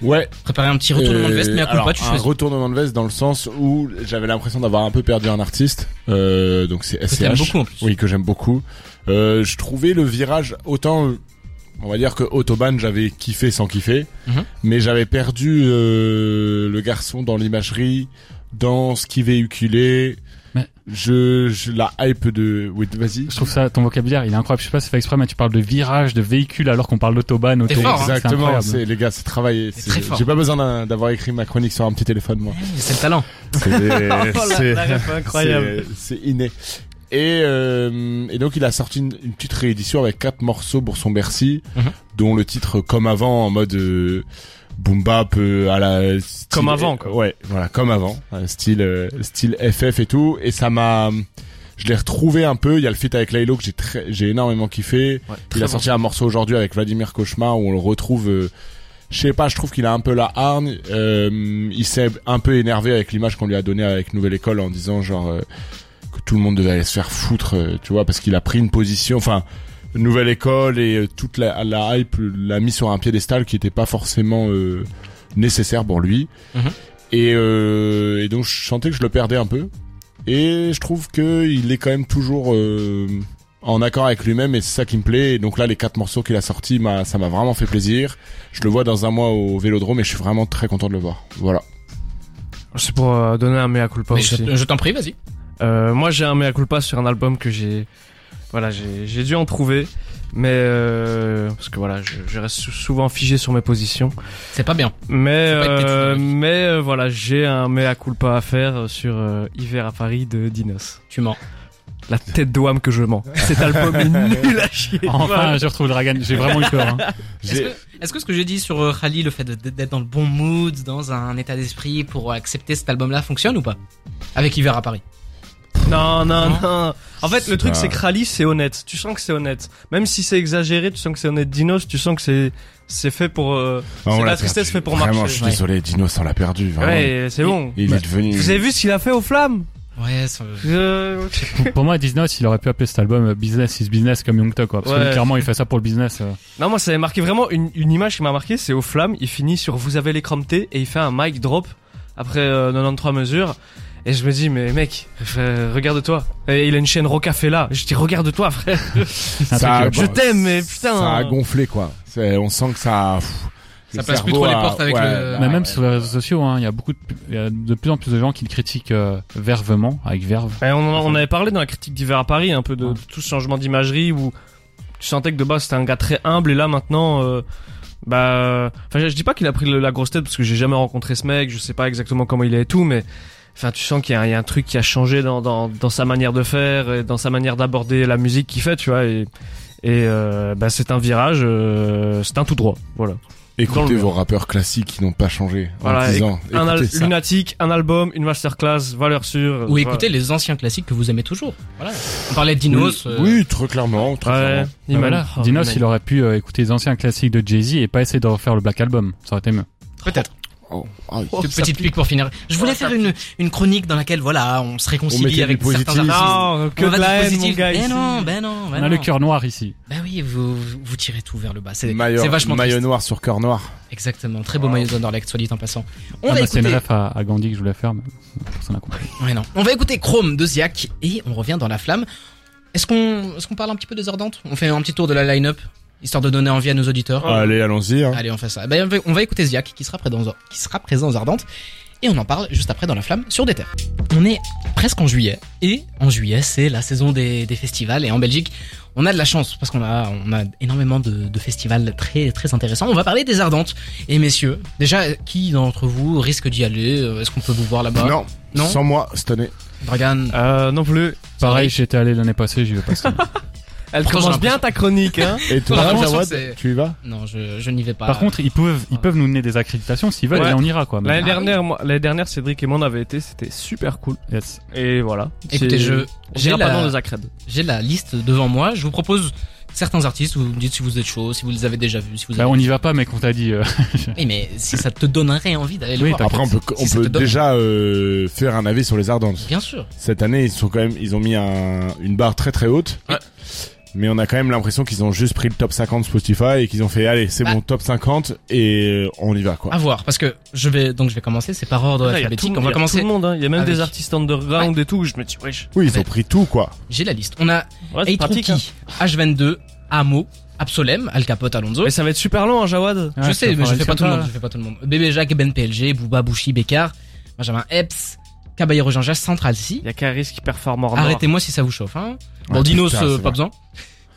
S5: Ouais.
S2: préparé un petit retournement de veste,
S5: Euh,
S2: mais à coup
S5: alors,
S2: pas, tu
S5: un
S2: choisis.
S5: retournement de veste dans le sens où j'avais l'impression d'avoir un peu perdu un artiste. Euh, donc c'est
S2: Que t'aimes
S5: SCH.
S2: beaucoup en plus.
S5: Oui, que j'aime beaucoup. Euh, je trouvais le virage autant, euh, on va dire que Autobahn, j'avais kiffé sans kiffer,
S2: Mhm.
S5: mais j'avais perdu euh, le garçon dans l'imagerie, dans ce qui véhiculait.
S3: Mais-
S5: Je, je la hype de. Oui, vas-y.
S2: hein.
S3: Je trouve ça, ton vocabulaire, il est incroyable. Je sais pas si c'est fait exprès, mais tu parles de virage, de véhicule, alors qu'on parle d'autobahn, auto.
S2: T'es fort, hein.
S3: C'est
S5: Exactement,
S3: incroyable.
S5: c'est les gars, c'est travaillé.
S2: C'est
S5: c'est-
S2: très fort.
S5: J'ai pas besoin d'un- d'avoir écrit ma chronique sur un petit téléphone, moi.
S2: C'est le talent.
S5: C'est
S4: Oh
S5: c'est-
S4: incroyable.
S5: c'est- c'est inné. Et, euh, et donc il a sorti une, une petite réédition avec quatre morceaux Bourson-Bercy,
S2: Mhm.
S5: dont le titre comme avant en mode euh, boom bap euh, à la style-
S4: Comme avant, quoi.
S5: Ouais, voilà, comme avant, euh, style euh, style FF et tout. Et ça m'a, je l'ai retrouvé un peu. Il y a le feat avec Laylo que j'ai très- j'ai énormément kiffé. Il a sorti un morceau aujourd'hui avec Vladimir Cauchemar où on le retrouve. euh, je sais pas, je trouve qu'il a un peu la hargne. Euh, il s'est un peu énervé avec l'image qu'on lui a donnée avec Nouvelle École en disant genre euh, que tout le monde devait aller se faire foutre, euh, tu vois, parce qu'il a pris une position. Enfin, Nouvelle École et euh, toute la, la hype l'a mis sur un piédestal qui était pas forcément euh, nécessaire pour lui.
S2: Mhm.
S5: Et, euh, et donc je sentais que je le perdais un peu. Et je trouve que il est quand même toujours euh, en accord avec lui-même et c'est ça qui me plaît. Et donc là, les quatre morceaux qu'il a sortis, m'a- ça m'a vraiment fait plaisir. Je le vois dans un mois au Vélodrome et je suis vraiment très content de le voir. Voilà.
S4: C'est pour euh, donner un mea culpa
S2: Mais
S4: aussi.
S2: je je t'en prie, vas-y.
S4: Euh, moi, j'ai un mea culpa sur un album que j'ai. Voilà, j'ai j'ai dû en trouver. Mais. euh, parce que voilà, je, je reste sou- souvent figé sur mes positions.
S2: C'est pas bien.
S4: Mais,
S2: Faut pas être
S4: euh,
S2: pétilleux,
S4: mais euh, voilà, j'ai un mea culpa à faire euh, sur euh, Hiver à Paris de Dinos.
S2: Tu mens.
S4: La tête d'Ouam que je mens. Cet album est nul à chier.
S3: Enfin, je retrouve le Dragan. J'ai vraiment eu peur. hein.
S2: Est-ce que, est-ce que ce que j'ai dit sur euh, Khali, le fait de- d'être dans le bon mood, dans un état d'esprit pour accepter cet album-là, fonctionne ou pas Avec Hiver à Paris.
S4: Non, non,
S2: Non.
S4: non. En fait, le truc,
S5: pas-
S4: c'est que Rally, c'est honnête. Tu sens que c'est honnête. Même si c'est exagéré, tu sens que c'est honnête. Dinos, tu sens que c'est, c'est fait pour, euh,
S5: Ah, on
S4: c'est
S5: l'a
S4: la tristesse
S5: perdu.
S4: fait pour
S5: Vraiment,
S4: marcher.
S5: je suis
S2: ouais.
S5: désolé, Dinos, on l'a perdu. Vraiment.
S4: Ouais, c'est bon.
S3: Bah,
S5: Il est devenu.
S4: Vous avez vu ce qu'il a fait aux flammes?
S2: Ouais, ça- euh,
S4: Euh,
S3: Pour- Pour moi, 19, il aurait pu appeler cet album euh, Business is Business comme Young Thug, quoi. Parce
S4: Ouais.
S3: que clairement, il fait ça pour le business. euh.
S4: Non, moi, ça avait marqué vraiment une, une image qui m'a marqué, c'est aux flammes. Il finit sur vous avez les cramptés et il fait un mic drop après euh, 93 mesures. Et je me dis, mais mec, euh, regarde-toi. Et il a une chaîne Rocafella. Je dis, regarde-toi, frère.
S3: C'est un
S5: Ça
S3: truc,
S5: a
S3: euh,
S4: Je
S5: gonflé.
S4: t'aime, mais putain.
S5: Ça a gonflé, quoi. C'est- On sent que ça. pff,
S2: Ça
S5: le
S2: passe plus trop
S5: cerveau
S2: les
S5: a-
S2: portes avec le-
S3: Mais
S5: ah,
S3: même
S5: ouais.
S3: sur les réseaux sociaux, hein, il y a beaucoup de, il y a de plus en plus de gens qui le critiquent euh, vervement, avec verve.
S4: Et on, on avait parlé dans la critique d'hiver à Paris un peu de,
S3: Ouais.
S4: de tout ce changement d'imagerie où tu sentais que de base c'était un gars très humble et là maintenant euh, bah enfin je, je dis pas qu'il a pris le- la grosse tête parce que j'ai jamais rencontré ce mec je sais pas exactement comment il est et tout mais enfin tu sens qu'il y, a- il y a un truc qui a changé dans, dans, dans sa manière de faire et dans sa manière d'aborder la musique qu'il fait tu vois et et euh, bah c'est un virage euh, c'est un tout droit voilà dans
S5: Écoutez
S4: le mur.
S5: vos rappeurs classiques qui n'ont pas changé en
S4: Voilà,
S5: 10 ans.
S4: un al-
S5: Écoutez ça.
S4: lunatique un album une masterclass valeur sûre
S2: Ou
S4: voilà.
S2: écoutez les anciens classiques que vous aimez toujours. Voilà. On parlait de Dinos.
S5: Oui,
S2: euh,
S5: oui, très clairement. Très
S4: ouais,
S5: clairement.
S4: il m'a-
S3: voilà.
S4: oh,
S2: hein,
S3: Dinos,
S4: mec.
S3: il aurait pu euh, écouter les anciens classiques de Jay-Z et pas essayer de refaire le Black Album. Ça aurait été mieux.
S2: Peut-être.
S5: Oh, oh, il-
S2: Toute petite pique pour finir. Je voulais faire une, une chronique dans laquelle, voilà, on se
S5: On
S2: réconcilie
S5: mettait
S2: avec
S5: du
S2: certains
S5: positif.
S2: artistes.
S4: Ah, Non, que
S2: On
S4: de
S2: va
S4: la
S2: du
S4: haine, mon
S2: positif.
S4: gars.
S2: Ben
S4: ici.
S2: non, ben non, ben
S3: On a
S2: non.
S3: le cœur noir ici.
S2: Ben oui, vous, vous- vous tirez tout vers le bas. C'est
S5: Maillot-
S2: c'est vachement
S5: maillot
S2: triste.
S5: noir sur cœur noir.
S2: Exactement. Très beau maillot d'honneur, l'actualité en passant. On
S3: Ah,
S2: va
S3: bah, c'est
S2: écouter.
S3: une ref à, à Gandhi que je voulais faire, mais personne n'a compris.
S2: Ouais, non. On va écouter Chrome de Ziac et on revient dans la flamme. Est-ce qu'on est qu'on parle un petit peu des Ardentes On fait un petit tour de la line-up, histoire de donner envie à nos auditeurs.
S5: Allez, allons-y. hein.
S2: Allez, on fait ça. Eh ben, on va- on va écouter Ziac qui sera, prêt dans- qui sera présent aux Ardentes et on en parle juste après dans la flamme sur des terres. On est presque en juillet et en juillet c'est la saison des, des festivals et en Belgique on a de la chance parce qu'on a, on a énormément de, de festivals très, très intéressants. On va parler des Ardentes. Et messieurs, déjà, qui d'entre vous risque d'y aller Euh, Est-ce qu'on peut vous voir là-bas
S5: Bah, Non,
S2: Non
S5: sans moi cette année.
S2: Dragan,
S4: Euh, non plus.
S3: Pareil, j'étais allé l'année passée, j'y vais pas. cette
S4: Bah.
S3: année.
S4: Elle
S2: Pourtant,
S4: commence
S2: j'ai
S4: bien ta chronique, hein.
S5: Et toi,
S2: J'ai l'impression
S5: Jawad,
S2: que c'est-
S5: tu y vas
S2: Non, je, je n'y vais pas.
S3: Par contre, ils peuvent, ils peuvent nous donner des accréditations s'ils veulent
S4: Ouais.
S3: et on ira, quoi.
S2: Bah
S3: Mais-
S4: L'année dernière, moi, l'année dernière, Cédric et moi on avait été, c'était super cool.
S3: Yes.
S4: Et voilà.
S2: écoutez,
S4: C'est-
S2: je j'ai
S4: J'irai pas dans
S2: la,
S4: les accrèdes.
S2: j'ai la liste devant moi. Je vous propose certains artistes. Vous me dites si vous êtes chaud, si vous les avez déjà vus, si vous.
S3: Bah,
S2: avez-
S3: on y va pas, mais qu'on t'a dit, euh,
S2: Oui, mais si ça te donnerait envie d'aller le
S3: Oui,
S2: voir.
S5: Après, on peut, on
S2: Si ça
S5: peut
S2: te donne-
S5: déjà euh, faire un avis sur les Ardentes.
S2: Bien sûr.
S5: Cette année, ils sont quand même, ils ont mis un- une barre très très haute.
S2: Ouais.
S5: Mais on a quand même l'impression qu'ils ont juste pris le top 50 Spotify et qu'ils ont fait, allez, c'est
S2: Bah. Ah,
S5: bon, top 50 et euh, on y va quoi.
S2: À voir, parce que je vais donc je vais commencer. C'est par ordre
S4: Là, il y a tout
S2: alphabétique.
S4: le-
S2: On
S4: il y
S2: va
S4: a Tout
S2: commencer. Ah
S4: le monde, hein. Il y a même
S2: avec-
S4: des artistes underground et tout. Je me dis, wesh.
S5: Oui, ils
S2: Mais-
S5: ont pris tout quoi.
S2: J'ai la liste. On a
S4: Ouais, c'est
S2: Eight
S4: pratique. hein.
S2: Rookie, H22, Amo, Absolem, Al Capote, Alonso.
S4: Mais ça va être super long, hein, Jawad.
S2: je
S3: Ouais,
S2: sais,
S3: ça
S2: mais je
S3: fera
S2: fais pas tout le
S3: sympa,
S2: monde. Je fais pas tout le monde. Bébé Jacques, Ben PLG, Booba, Bouchi, Bécard, Benjamin Epps, Caballero Jean-Jacques, Central C.
S4: Il y a qu'un risque qui performe en
S2: Arrêtez-moi si ça vous chauffe. Hein.
S5: Ouais,
S2: Bon, Dinos,
S5: putain,
S2: euh,
S5: c'est
S2: pas
S5: vrai.
S2: besoin.
S5: Non,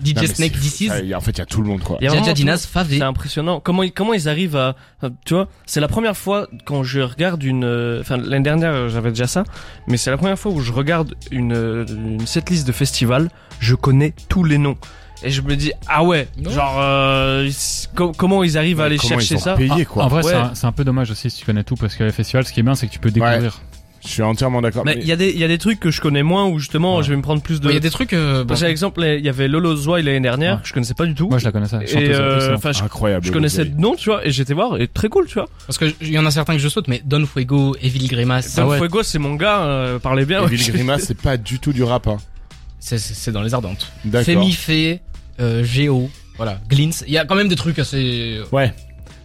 S2: DJ
S5: mais
S2: Snake,
S5: c'est-
S2: This is.
S5: Ah, il y a- En fait, il y a tout le monde, quoi.
S4: Il y a vraiment
S2: Jaja
S4: tout-
S2: Dinas, Favé.
S4: C'est impressionnant. Comment ils, comment ils arrivent à, à- tu vois, c'est la première fois quand je regarde une, euh, enfin l'année dernière euh, j'avais déjà ça, mais c'est la première fois où je regarde une, euh, une setlist de festival, je connais tous les noms et je me dis ah ouais,
S2: Non.
S4: genre euh, c- com- comment ils arrivent à aller
S5: Comment
S4: chercher
S5: ils ont
S4: ça
S5: payé,
S4: Ah,
S5: quoi.
S3: En vrai, c'est
S4: Ouais.
S3: un- c'est un peu dommage aussi si tu connais tout parce que les festivals, ce qui est bien, c'est que tu peux découvrir.
S5: Je suis entièrement d'accord.
S4: Mais
S5: mais-
S4: il y a des, il y a des trucs que je connais moins où justement
S3: Ouais.
S4: je vais me prendre plus de.
S2: Il y a des trucs. euh, bon.
S4: Par exemple, il y avait Lolo Zouai l'année dernière,
S3: Ouais.
S4: que je connaissais pas du tout.
S3: Moi, je la connaissais.
S4: Et,
S3: chanteuse, hein.
S4: euh,
S3: excellente.
S4: enfin, je,
S5: Incroyable.
S4: je connaissais
S5: le
S4: le nom, tu vois, et j'étais voir, et très cool, tu vois.
S2: Parce que il y en a certains que je saute, mais Don Fuego, Evil Grimace,
S4: Don
S2: ça, Ah ouais,
S4: Fuego, c'est mon gars, euh, parlez bien.
S5: gars. Et
S4: ouais.
S5: Ville Grima, c'est pas du tout du rap, hein.
S2: c'est- c'est c'est dans les Ardentes.
S5: D'accord.
S2: Femi Fé, euh, Géo, voilà, Glintz. Il y a quand même des trucs assez. euh,
S5: Ouais.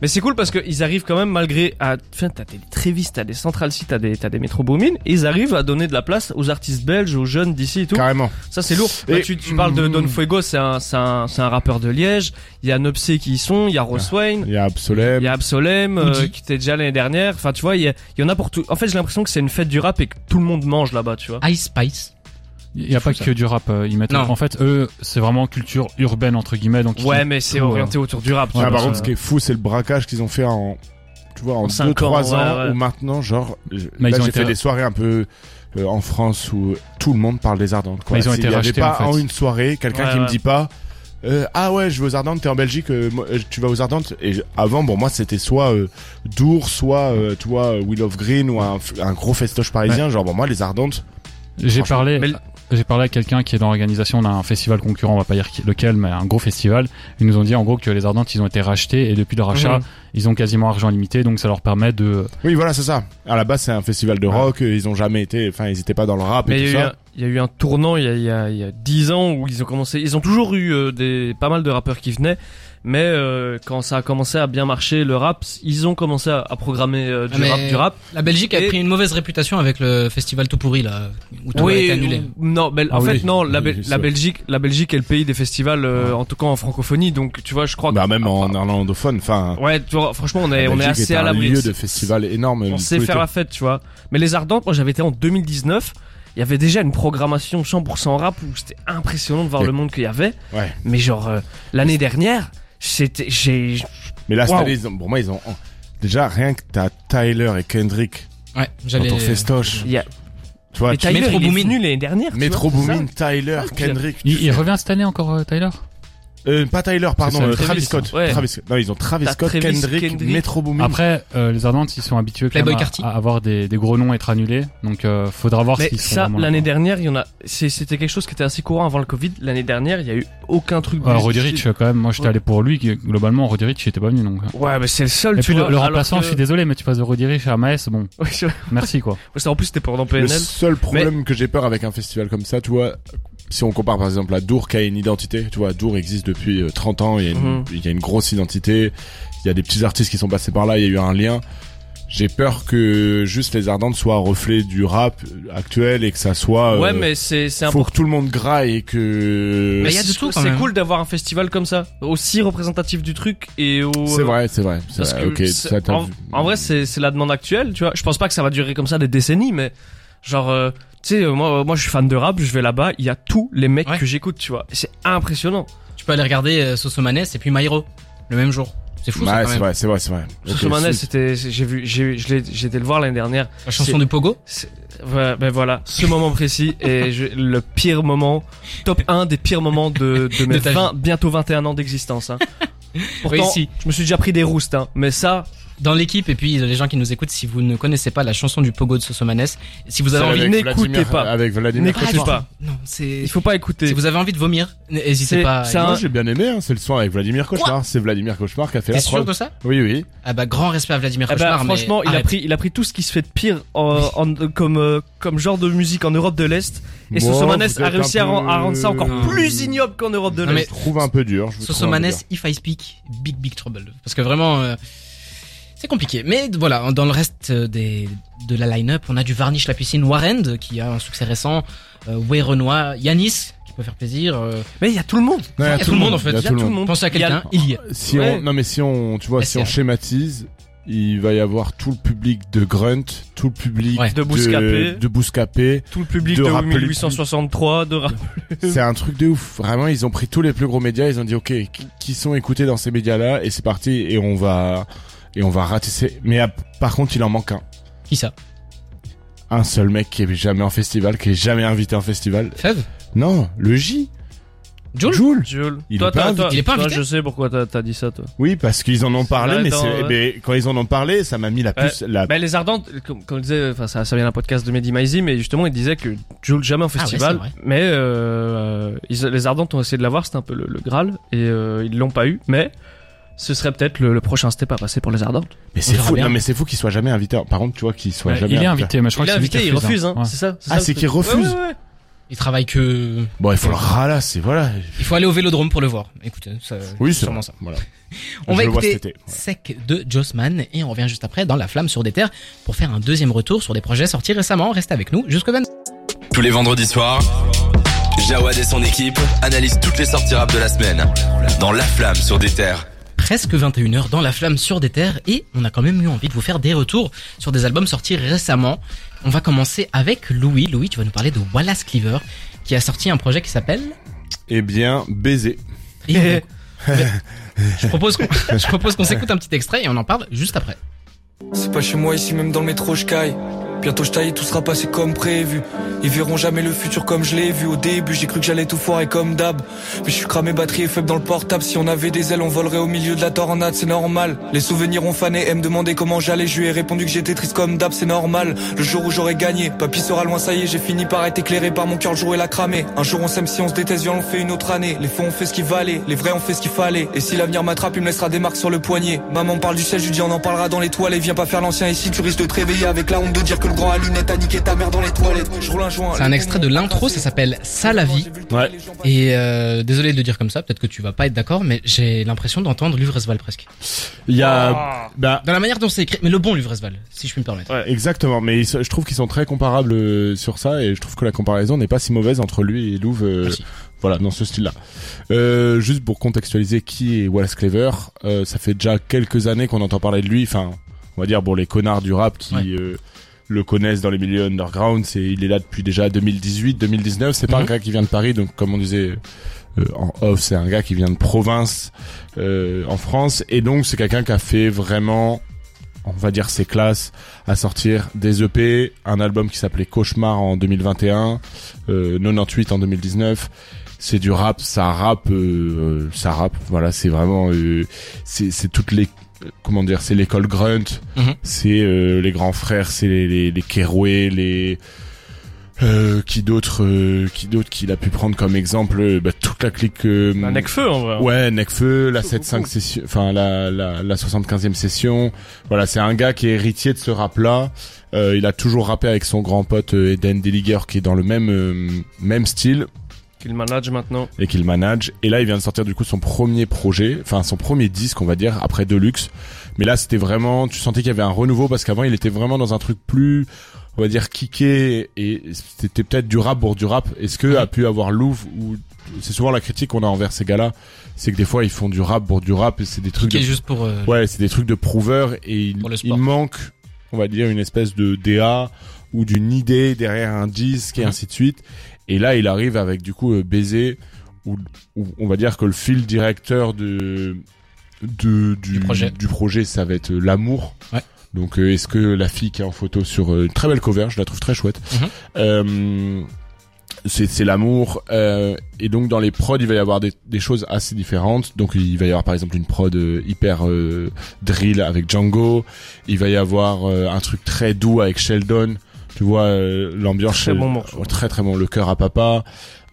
S4: Mais c'est cool parce qu'ils arrivent quand même malgré à enfin t'as des Trevis, t'as des Central C, t'as des t'as des Metro Boomin, et ils arrivent à donner de la place aux artistes belges, aux jeunes d'ici et tout.
S5: Carrément.
S4: Ça c'est lourd. Là,
S5: Et-
S4: tu, tu parles de Don Fuego, c'est un c'est un c'est un rappeur de Liège. Il y a Nobsé qui y sont, il y a
S5: Ah.
S4: Ross Wayne.
S5: Il y
S4: Il
S5: a
S4: y
S5: Absolem.
S4: a Absolem euh,
S2: Woody.
S4: qui était déjà l'année dernière. Enfin, tu vois, il y, a- il y en a pour tout. En fait, j'ai l'impression que c'est une fête du rap et que tout le monde mange là-bas, tu vois.
S2: Ice Spice.
S3: Il n'y a pas
S2: fou,
S3: que du rap. euh, Ils mettent.
S2: Non.
S3: En fait, eux, c'est vraiment culture urbaine entre guillemets. Donc ils
S4: ouais,
S3: font
S4: mais c'est
S3: tout,
S4: orienté autour du rap. tu
S5: Ah,
S4: vois,
S5: par
S4: parce
S5: contre, ce
S4: que-
S5: qui est fou, c'est le braquage qu'ils ont fait en, tu vois, en
S4: En cinq
S5: 2-3 ans,
S4: ans, ouais, ouais.
S5: ou maintenant, genre, je-
S3: Mais
S5: là,
S3: ils ont
S5: j'ai
S3: été-
S5: fait des soirées un peu euh, en France où tout le monde parle des Ardentes, quoi.
S3: Mais ils ont
S5: S'il
S3: été
S5: y avait
S3: rachetés,
S5: pas
S3: en fait.
S5: une soirée, quelqu'un
S4: Ouais,
S5: qui me
S4: ouais.
S5: dit pas, euh, ah ouais, je vais aux Ardentes, t'es en Belgique, euh, moi, euh, tu vas aux Ardentes. Et je- avant, bon, moi, c'était soit euh, Dour, soit, euh, tu vois, euh, Will of Green ou un, f- un gros festoche parisien. Genre, bon, moi, les Ardentes,
S3: J'ai
S5: Franchement,
S3: parlé,
S4: mais le-
S3: j'ai parlé à quelqu'un qui est dans l'organisation d'un festival concurrent, on va pas dire qui- lequel, mais un gros festival. Ils nous ont dit en gros que les Ardentes, ils ont été rachetés et depuis leur rachat,
S4: Mhm.
S3: ils ont quasiment argent limité, donc ça leur permet de.
S5: oui, voilà, c'est ça. À la base, c'est un festival de
S3: Ouais.
S5: rock, euh, ils ont jamais été, enfin, ils étaient pas dans le rap
S4: Mais
S5: et
S4: il y,
S5: tout
S4: a eu
S5: ça.
S4: un- il y a eu un tournant il y a, il y a, il y a 10 ans où ils ont commencé. Ils ont toujours eu euh, des, pas mal de rappeurs qui venaient, mais euh, quand ça a commencé à bien marcher, le rap, ils ont commencé à, à programmer euh,
S2: Ah,
S4: du
S2: mais
S4: rap, du rap.
S2: La Belgique a
S4: Et-
S2: pris une mauvaise réputation avec le festival tout pourri là, où tout a été annulé.
S4: ou- non, mais en
S3: Ah
S4: fait
S3: oui.
S4: non, la,
S5: Oui,
S4: Bel-
S5: oui, c'est
S4: la
S5: vrai. Ah.
S4: Belgique, la Belgique est le pays des festivals, euh, en tout cas en francophonie. Donc tu vois, je crois.
S5: Bah, même
S4: Ah,
S5: en
S4: bah,
S5: irlandophone, enfin.
S4: Ouais, tu vois, franchement, on est,
S5: La
S4: on est
S5: Belgique
S4: assez à
S5: un
S4: l'abri.
S5: lieu de festival énorme.
S4: On
S5: Vous
S4: sait
S5: pouvez
S4: faire
S5: te-
S4: la fête, tu vois. Mais les Ardentes, moi j'avais été en 2019. Il y avait déjà une programmation 100% rap où c'était impressionnant de voir
S5: Et-
S4: le monde qu'il y avait.
S5: Ouais.
S4: Mais genre euh, l'année dernière, c'était j'ai
S5: Mais là, cette
S4: Waouh.
S5: année, ils ont- pour moi, ils ont déjà rien que t'as Tyler et Kendrick
S2: Ouais,
S5: dans ton
S2: j'allais.
S5: festoche.
S4: il y a
S5: Tu vois,
S4: mais
S5: tu-
S4: Tyler,
S2: Metro
S4: il est
S2: Boomin.
S4: venu l'année dernière. tu
S5: Metro
S4: vois, c'est ça.
S5: Boomin, Tyler,
S4: puis-
S5: Kendrick. tu
S3: Il, il
S5: fais-
S3: revient cette année encore, euh, Tyler
S5: Euh, pas Tyler, pardon,
S3: ça,
S5: euh,
S3: Travis,
S5: Travis
S3: ça.
S5: Scott.
S4: Ouais.
S5: Travis Scott. Non, ils ont Travis
S4: T'as
S5: Scott,
S4: Travis,
S5: Kendrick,
S4: Kendrick.
S5: Metro Boomin.
S3: Après, euh, les Ardentes, ils sont habitués quand
S2: Playboy
S3: même
S2: Carti.
S3: à, à avoir des, des gros noms être annulés, donc euh, faudra voir
S4: Mais
S3: s'ils sont
S4: ça
S3: vraiment là.
S4: l'année dernière, il y en a c'est- c'était quelque chose qui était assez courant avant le Covid. L'année dernière, il y a eu aucun truc
S3: Euh,
S4: de-
S3: Roddy Ricch, quand même, moi j'étais
S4: Ouais.
S3: allé pour lui, qui- globalement, Roddy Ricch, il était pas venu donc. hein.
S4: Ouais, mais c'est le seul
S3: Et
S4: tu
S3: puis le,
S4: vois,
S3: le
S4: alors
S3: remplaçant,
S4: que-
S3: je suis désolé, mais tu passes de Roddy Ricch à Maes, bon,
S4: Ouais, c'est vrai.
S3: merci quoi.
S4: Parce que en plus c'était pendant
S5: Le
S4: PNL.
S5: seul problème que j'ai peur avec un festival comme ça, tu vois, si on compare par exemple à Dour qui a une identité, tu vois, Dour existe depuis euh, 30 ans, il y, a une,
S4: Mhm.
S5: il y a une grosse identité, il y a des petits artistes qui sont passés par là, il y a eu un lien. J'ai peur que juste les Ardentes soient un reflet du rap actuel et que ça soit. euh,
S4: Ouais, mais c'est c'est important.
S5: faut que tout le monde graille et que.
S2: Mais il y a de
S4: c'est-
S2: tout, quand
S4: C'est
S2: même.
S4: cool d'avoir un festival comme ça, aussi représentatif du truc et au.
S5: C'est vrai, c'est vrai. c'est
S4: euh, Parce
S5: vrai.
S4: que
S5: Ok,
S4: c'est-
S5: ça t'as
S4: en,
S5: vu.
S4: en vrai, c'est c'est la demande actuelle, tu vois. Je pense pas que ça va durer comme ça des décennies, mais genre, euh, tu sais, euh, moi, moi, je suis fan de rap, je vais là-bas, il y a tous les mecs
S2: Ouais.
S4: que j'écoute, tu vois. C'est impressionnant.
S2: Tu peux aller regarder euh, Sosomanes et puis Myro le même jour. C'est fou ça
S5: Ouais,
S2: quand
S5: c'est
S2: même.
S5: vrai, c'est vrai, c'est vrai.
S4: Sous
S5: Ok,
S4: ce Manet,
S5: c'est-
S4: c'était, c'est- j'ai vu, j'ai, je l'ai- j'ai été le voir l'année dernière.
S2: La chanson
S4: C'est-
S2: de Pogo.
S4: C'est- ouais, ben voilà, ce moment précis et je- le pire moment, top 1 des pires moments de, de mes
S2: De ta
S4: 20, bientôt 21 ans d'existence. Hein. Pourtant,
S2: si.
S4: je me suis déjà pris des roustes, hein, mais ça,
S2: Dans l'équipe et puis euh, les gens qui nous écoutent, si vous ne connaissez pas la chanson du Pogo de Sosomanes, si vous
S5: celle
S2: avez envie, Ah,
S5: avec
S4: n'écoutez
S5: Vladimir-
S4: pas.
S5: Avec Vladimir.
S4: N'écoutez
S5: Poutine.
S4: pas.
S2: non, c'est
S4: il faut pas écouter.
S2: si vous avez envie de vomir, n'hésitez
S4: C'est-
S2: pas.
S4: c'est
S2: à-
S4: un-
S5: Moi j'ai bien aimé, hein, c'est le soin avec Vladimir Cauchemar. C'est Vladimir Cauchemar qui a fait
S2: T'es
S5: la
S2: sûr
S5: prod.
S2: de ça
S5: Oui, oui.
S2: Ah bah grand respect à Vladimir
S4: Eh ben,
S2: Cauchemar, mais
S4: franchement, il a
S2: arrête.
S4: pris, il a pris tout ce qui se fait de pire en- en- comme euh, comme genre de musique en Europe de l'Est. Et
S5: Bon,
S4: Sosomanes
S5: vous
S4: a
S5: êtes
S4: réussi
S5: un
S4: à, ren- à rendre ça encore
S2: peu-
S4: plus ignoble qu'en Europe de
S2: Non,
S5: Je
S2: mais-
S4: l'Est.
S5: le trouve un peu dur. je vous trouve un peu
S2: Sosomanes,
S5: dur.
S2: If I Speak, Big Big Trouble. Parce que vraiment, euh, c'est compliqué. Mais d- voilà, dans le reste euh, des, de la line-up, on a du Varnish la piscine, Warrend, qui a un succès récent, euh, Way Renoir, Yanis, qui peut faire plaisir. euh,
S4: Mais il y a tout le monde.
S5: Non,
S2: il y a tout le monde, en fait.
S5: il y a tout le monde.
S2: pensez à
S4: Il y a-
S2: quelqu'un, il y est.
S5: Si
S4: Ouais.
S5: on, non mais si on, tu vois, si
S2: SCH.
S5: on schématise, il va y avoir tout le public de Grunt, tout le public
S2: Ouais.
S5: de
S4: De Bouscapé.
S5: de Bouscapé.
S4: Tout le public
S5: De
S4: de,
S5: rappeler-
S4: 1863, de ra-
S5: C'est un truc de ouf. Vraiment, ils ont pris tous les plus gros médias, ils ont dit OK, qui- qui sont écoutés dans ces médias-là et c'est parti et on va et on va ratisser. Mais ah, par contre, il en manque un.
S2: Qui ça
S5: Un seul mec qui est jamais en festival, qui est jamais invité en festival.
S2: Fève
S5: Non, le J.
S2: Jules
S5: Joule.
S4: Jules.
S5: Il
S4: toi,
S5: est pas
S4: t'as-
S5: invité.
S4: toi-
S2: Il est pas
S4: toi,
S2: invité
S4: je sais pourquoi t'as t'as dit ça, toi.
S5: Oui, parce qu'ils en ont parlé,
S4: Ouais,
S5: mais,
S4: attends,
S5: c'est-
S4: ouais.
S5: mais quand ils en ont parlé, ça m'a mis la
S4: Ouais.
S5: puce. La...
S4: Bah, les Ardentes, comme, comme on disait, enfin, ça, ça vient d'un podcast de Mehdi Maizi, mais justement, il disait que Jules jamais en
S2: Ah ouais,
S4: festival.
S2: c'est vrai.
S4: mais euh, ils- les Ardentes ont essayé de l'avoir, c'était un peu le, le Graal, et euh, ils l'ont pas eu, mais ce serait peut-être le, le prochain step à passer pour les Ardentes.
S5: Mais c'est
S2: verra
S5: fou.
S2: bien.
S5: Non, mais c'est fou qu'il soit jamais invité. Par contre, tu vois qu'il soit
S3: Ouais,
S5: jamais
S3: il est invité, mais je crois
S4: il
S3: que
S4: est
S3: c'est lui qui
S4: invité, il refuse, hein,
S3: Ouais.
S4: c'est ça.
S5: Ah,
S4: ça,
S5: c'est
S4: le
S5: qu'il
S4: truc.
S5: refuse.
S4: Ouais, ouais, ouais.
S2: Il travaille que.
S5: Bon, il faut le ralasser, voilà.
S2: Il faut aller au vélodrome pour le voir. Écoutez, ça,
S5: Oui, c'est
S2: sûrement
S5: bon.
S2: ça.
S5: Voilà.
S2: On
S5: Je
S2: va
S5: le vois cet
S2: écouter
S5: été.
S2: Sec de Jossman et on revient juste après dans La Flamme sur des terres pour faire un deuxième retour sur des projets sortis récemment. Reste avec nous jusqu'au 20.
S1: Tous les vendredis soirs, Jawad et son équipe analysent toutes les sorties rap de la semaine dans La Flamme sur des terres.
S2: Presque 21h dans La Flamme sur des terres et on a quand même eu envie de vous faire des retours sur des albums sortis récemment. On va commencer avec Louis. Louis, tu vas nous parler de Wallace Cleaver qui a sorti un projet qui s'appelle.
S5: Eh bien, baiser.
S2: Et on- Mais Je propose qu'on je propose qu'on s'écoute un petit extrait et on en parle juste après.
S6: C'est pas chez moi ici, même dans le métro, je caille. Bientôt je taille, tout sera passé comme prévu. Ils verront jamais le futur comme je l'ai vu au début. J'ai cru que j'allais tout foirer comme d'hab. Mais je suis cramé, batterie est faible dans le portable. Si on avait des ailes, on volerait au milieu de la tornade, c'est normal. Les souvenirs ont fané et me demandaient comment j'allais. Je lui ai répondu que j'étais triste comme d'hab, c'est normal. Le jour où j'aurai gagné, papy sera loin, ça y est, j'ai fini par être éclairé par mon cœur, le jour et la cramé. Un jour on s'aime si on se déteste, viens, on le fait une autre année. Les faux ont fait ce qu'il valait, les vrais ont fait ce qu'il fallait. Et si l'avenir m'attrape, il me laissera des marques sur le poignet. Maman parle du ciel, je lui dis on en parlera dans les toilettes. Viens pas faire l'ancien ici, tu risques de te réveiller avec la honte de dire que le grand à lunettes a niqué ta mère dans les toilettes. Je roule un joint.
S2: C'est un extrait de l'intro, ça s'appelle Ça la vie.
S5: Ouais.
S2: Et euh, désolé de le dire comme ça, peut-être que tu vas pas être d'accord, mais j'ai l'impression d'entendre Luvresval presque.
S5: Il y
S6: Ah.
S5: a, bah,
S2: Dans la manière dont c'est écrit, mais le bon Luvresval, si je puis me permettre.
S5: exactement. Mais ils se- je trouve qu'ils sont très comparables euh, sur ça et je trouve que la comparaison n'est pas si mauvaise entre lui et Louvre. euh,
S2: Merci.
S5: voilà, dans ce style-là. Euh, juste pour contextualiser qui est Wallace Cleaver, euh, ça fait déjà quelques années qu'on entend parler de lui. Enfin, on va dire bon les connards du rap qui
S2: Ouais.
S5: euh, le connaissent dans les milieux underground. C'est il est là depuis déjà 2018, 2019. C'est pas
S2: Mhm.
S5: un gars qui vient de Paris, donc comme on disait euh, en off, c'est un gars qui vient de province euh, en France et donc c'est quelqu'un qui a fait vraiment on va dire ses classes à sortir des EP, un album qui s'appelait Cauchemar en 2021, euh, 98 en 2019. C'est du rap, ça rappe, euh, ça rappe. Voilà, c'est vraiment, euh, c'est c'est toutes les, comment dire, c'est l'école grunt,
S2: Mhm.
S5: c'est euh, les grands frères, c'est les les, les Keroué, les euh, qui d'autres, euh, qui d'autres qu'il a pu prendre comme exemple, euh, bah, toute la clique. euh,
S4: Un Necfeu, en vrai. hein,
S5: Ouais, Necfeu, la
S4: Chaud,
S5: 75
S4: beaucoup.
S5: session, enfin la la la 75e session. Voilà, c'est un gars qui est héritier de ce rap là. il a toujours rappé avec son grand pote euh, Eden Deliger qui est dans le même euh, même style
S4: Qu'il manage maintenant.
S5: et qu'il manage. Et là, il vient de sortir du coup son premier projet, enfin son premier disque, on va dire, après Deluxe. Mais là, c'était vraiment, tu sentais qu'il y avait un renouveau parce qu'avant, il était vraiment dans un truc plus, on va dire, kické et c'était peut-être du rap pour du rap. Est-ce que
S2: Ouais.
S5: a pu avoir Louvre ou c'est souvent la critique qu'on a envers ces gars-là, c'est que des fois ils font du rap pour du rap et c'est des trucs
S2: Qui
S5: de
S2: est juste pour. euh,
S5: Ouais, c'est des trucs de prouveurs et il,
S2: Pour le
S5: il
S2: sport.
S5: manque, on va dire, une espèce de DA ou d'une idée derrière un disque et
S2: Mhm.
S5: ainsi de suite. Et là, il arrive avec du coup euh, Baiser, où, où on va dire que le fil directeur de, de du,
S2: projet.
S5: projet, ça va être euh, l'amour.
S2: Ouais.
S5: Donc, euh, est-ce que la fille qui est en photo sur euh, une très belle cover, je la trouve très chouette.
S2: Mhm.
S5: Euh, c'est c'est l'amour euh, et donc dans les prods il va y avoir des, des choses assez différentes donc il va y avoir par exemple une prod euh, hyper euh, drill avec Django il va y avoir euh, un truc très doux avec Sheldon tu vois euh, l'ambiance
S4: Très
S5: chez-
S4: bon morceau.
S5: Ouais, très très bon le cœur à papa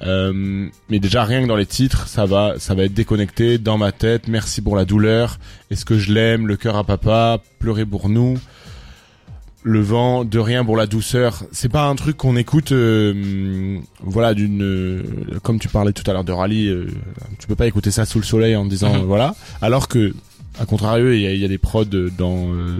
S5: Euh, mais déjà rien que dans les titres ça va ça va être déconnecté dans ma tête merci pour la douleur est-ce que je l'aime le cœur à papa pleurer pour nous le vent, de rien pour la douceur. C'est pas un truc qu'on écoute, euh, voilà, d'une, euh, comme tu parlais tout à l'heure de rallye, euh, tu peux pas écouter ça sous le soleil en disant
S2: Mhm.
S5: euh, voilà. Alors que, à contrario, il y a, il y a des prods dans euh,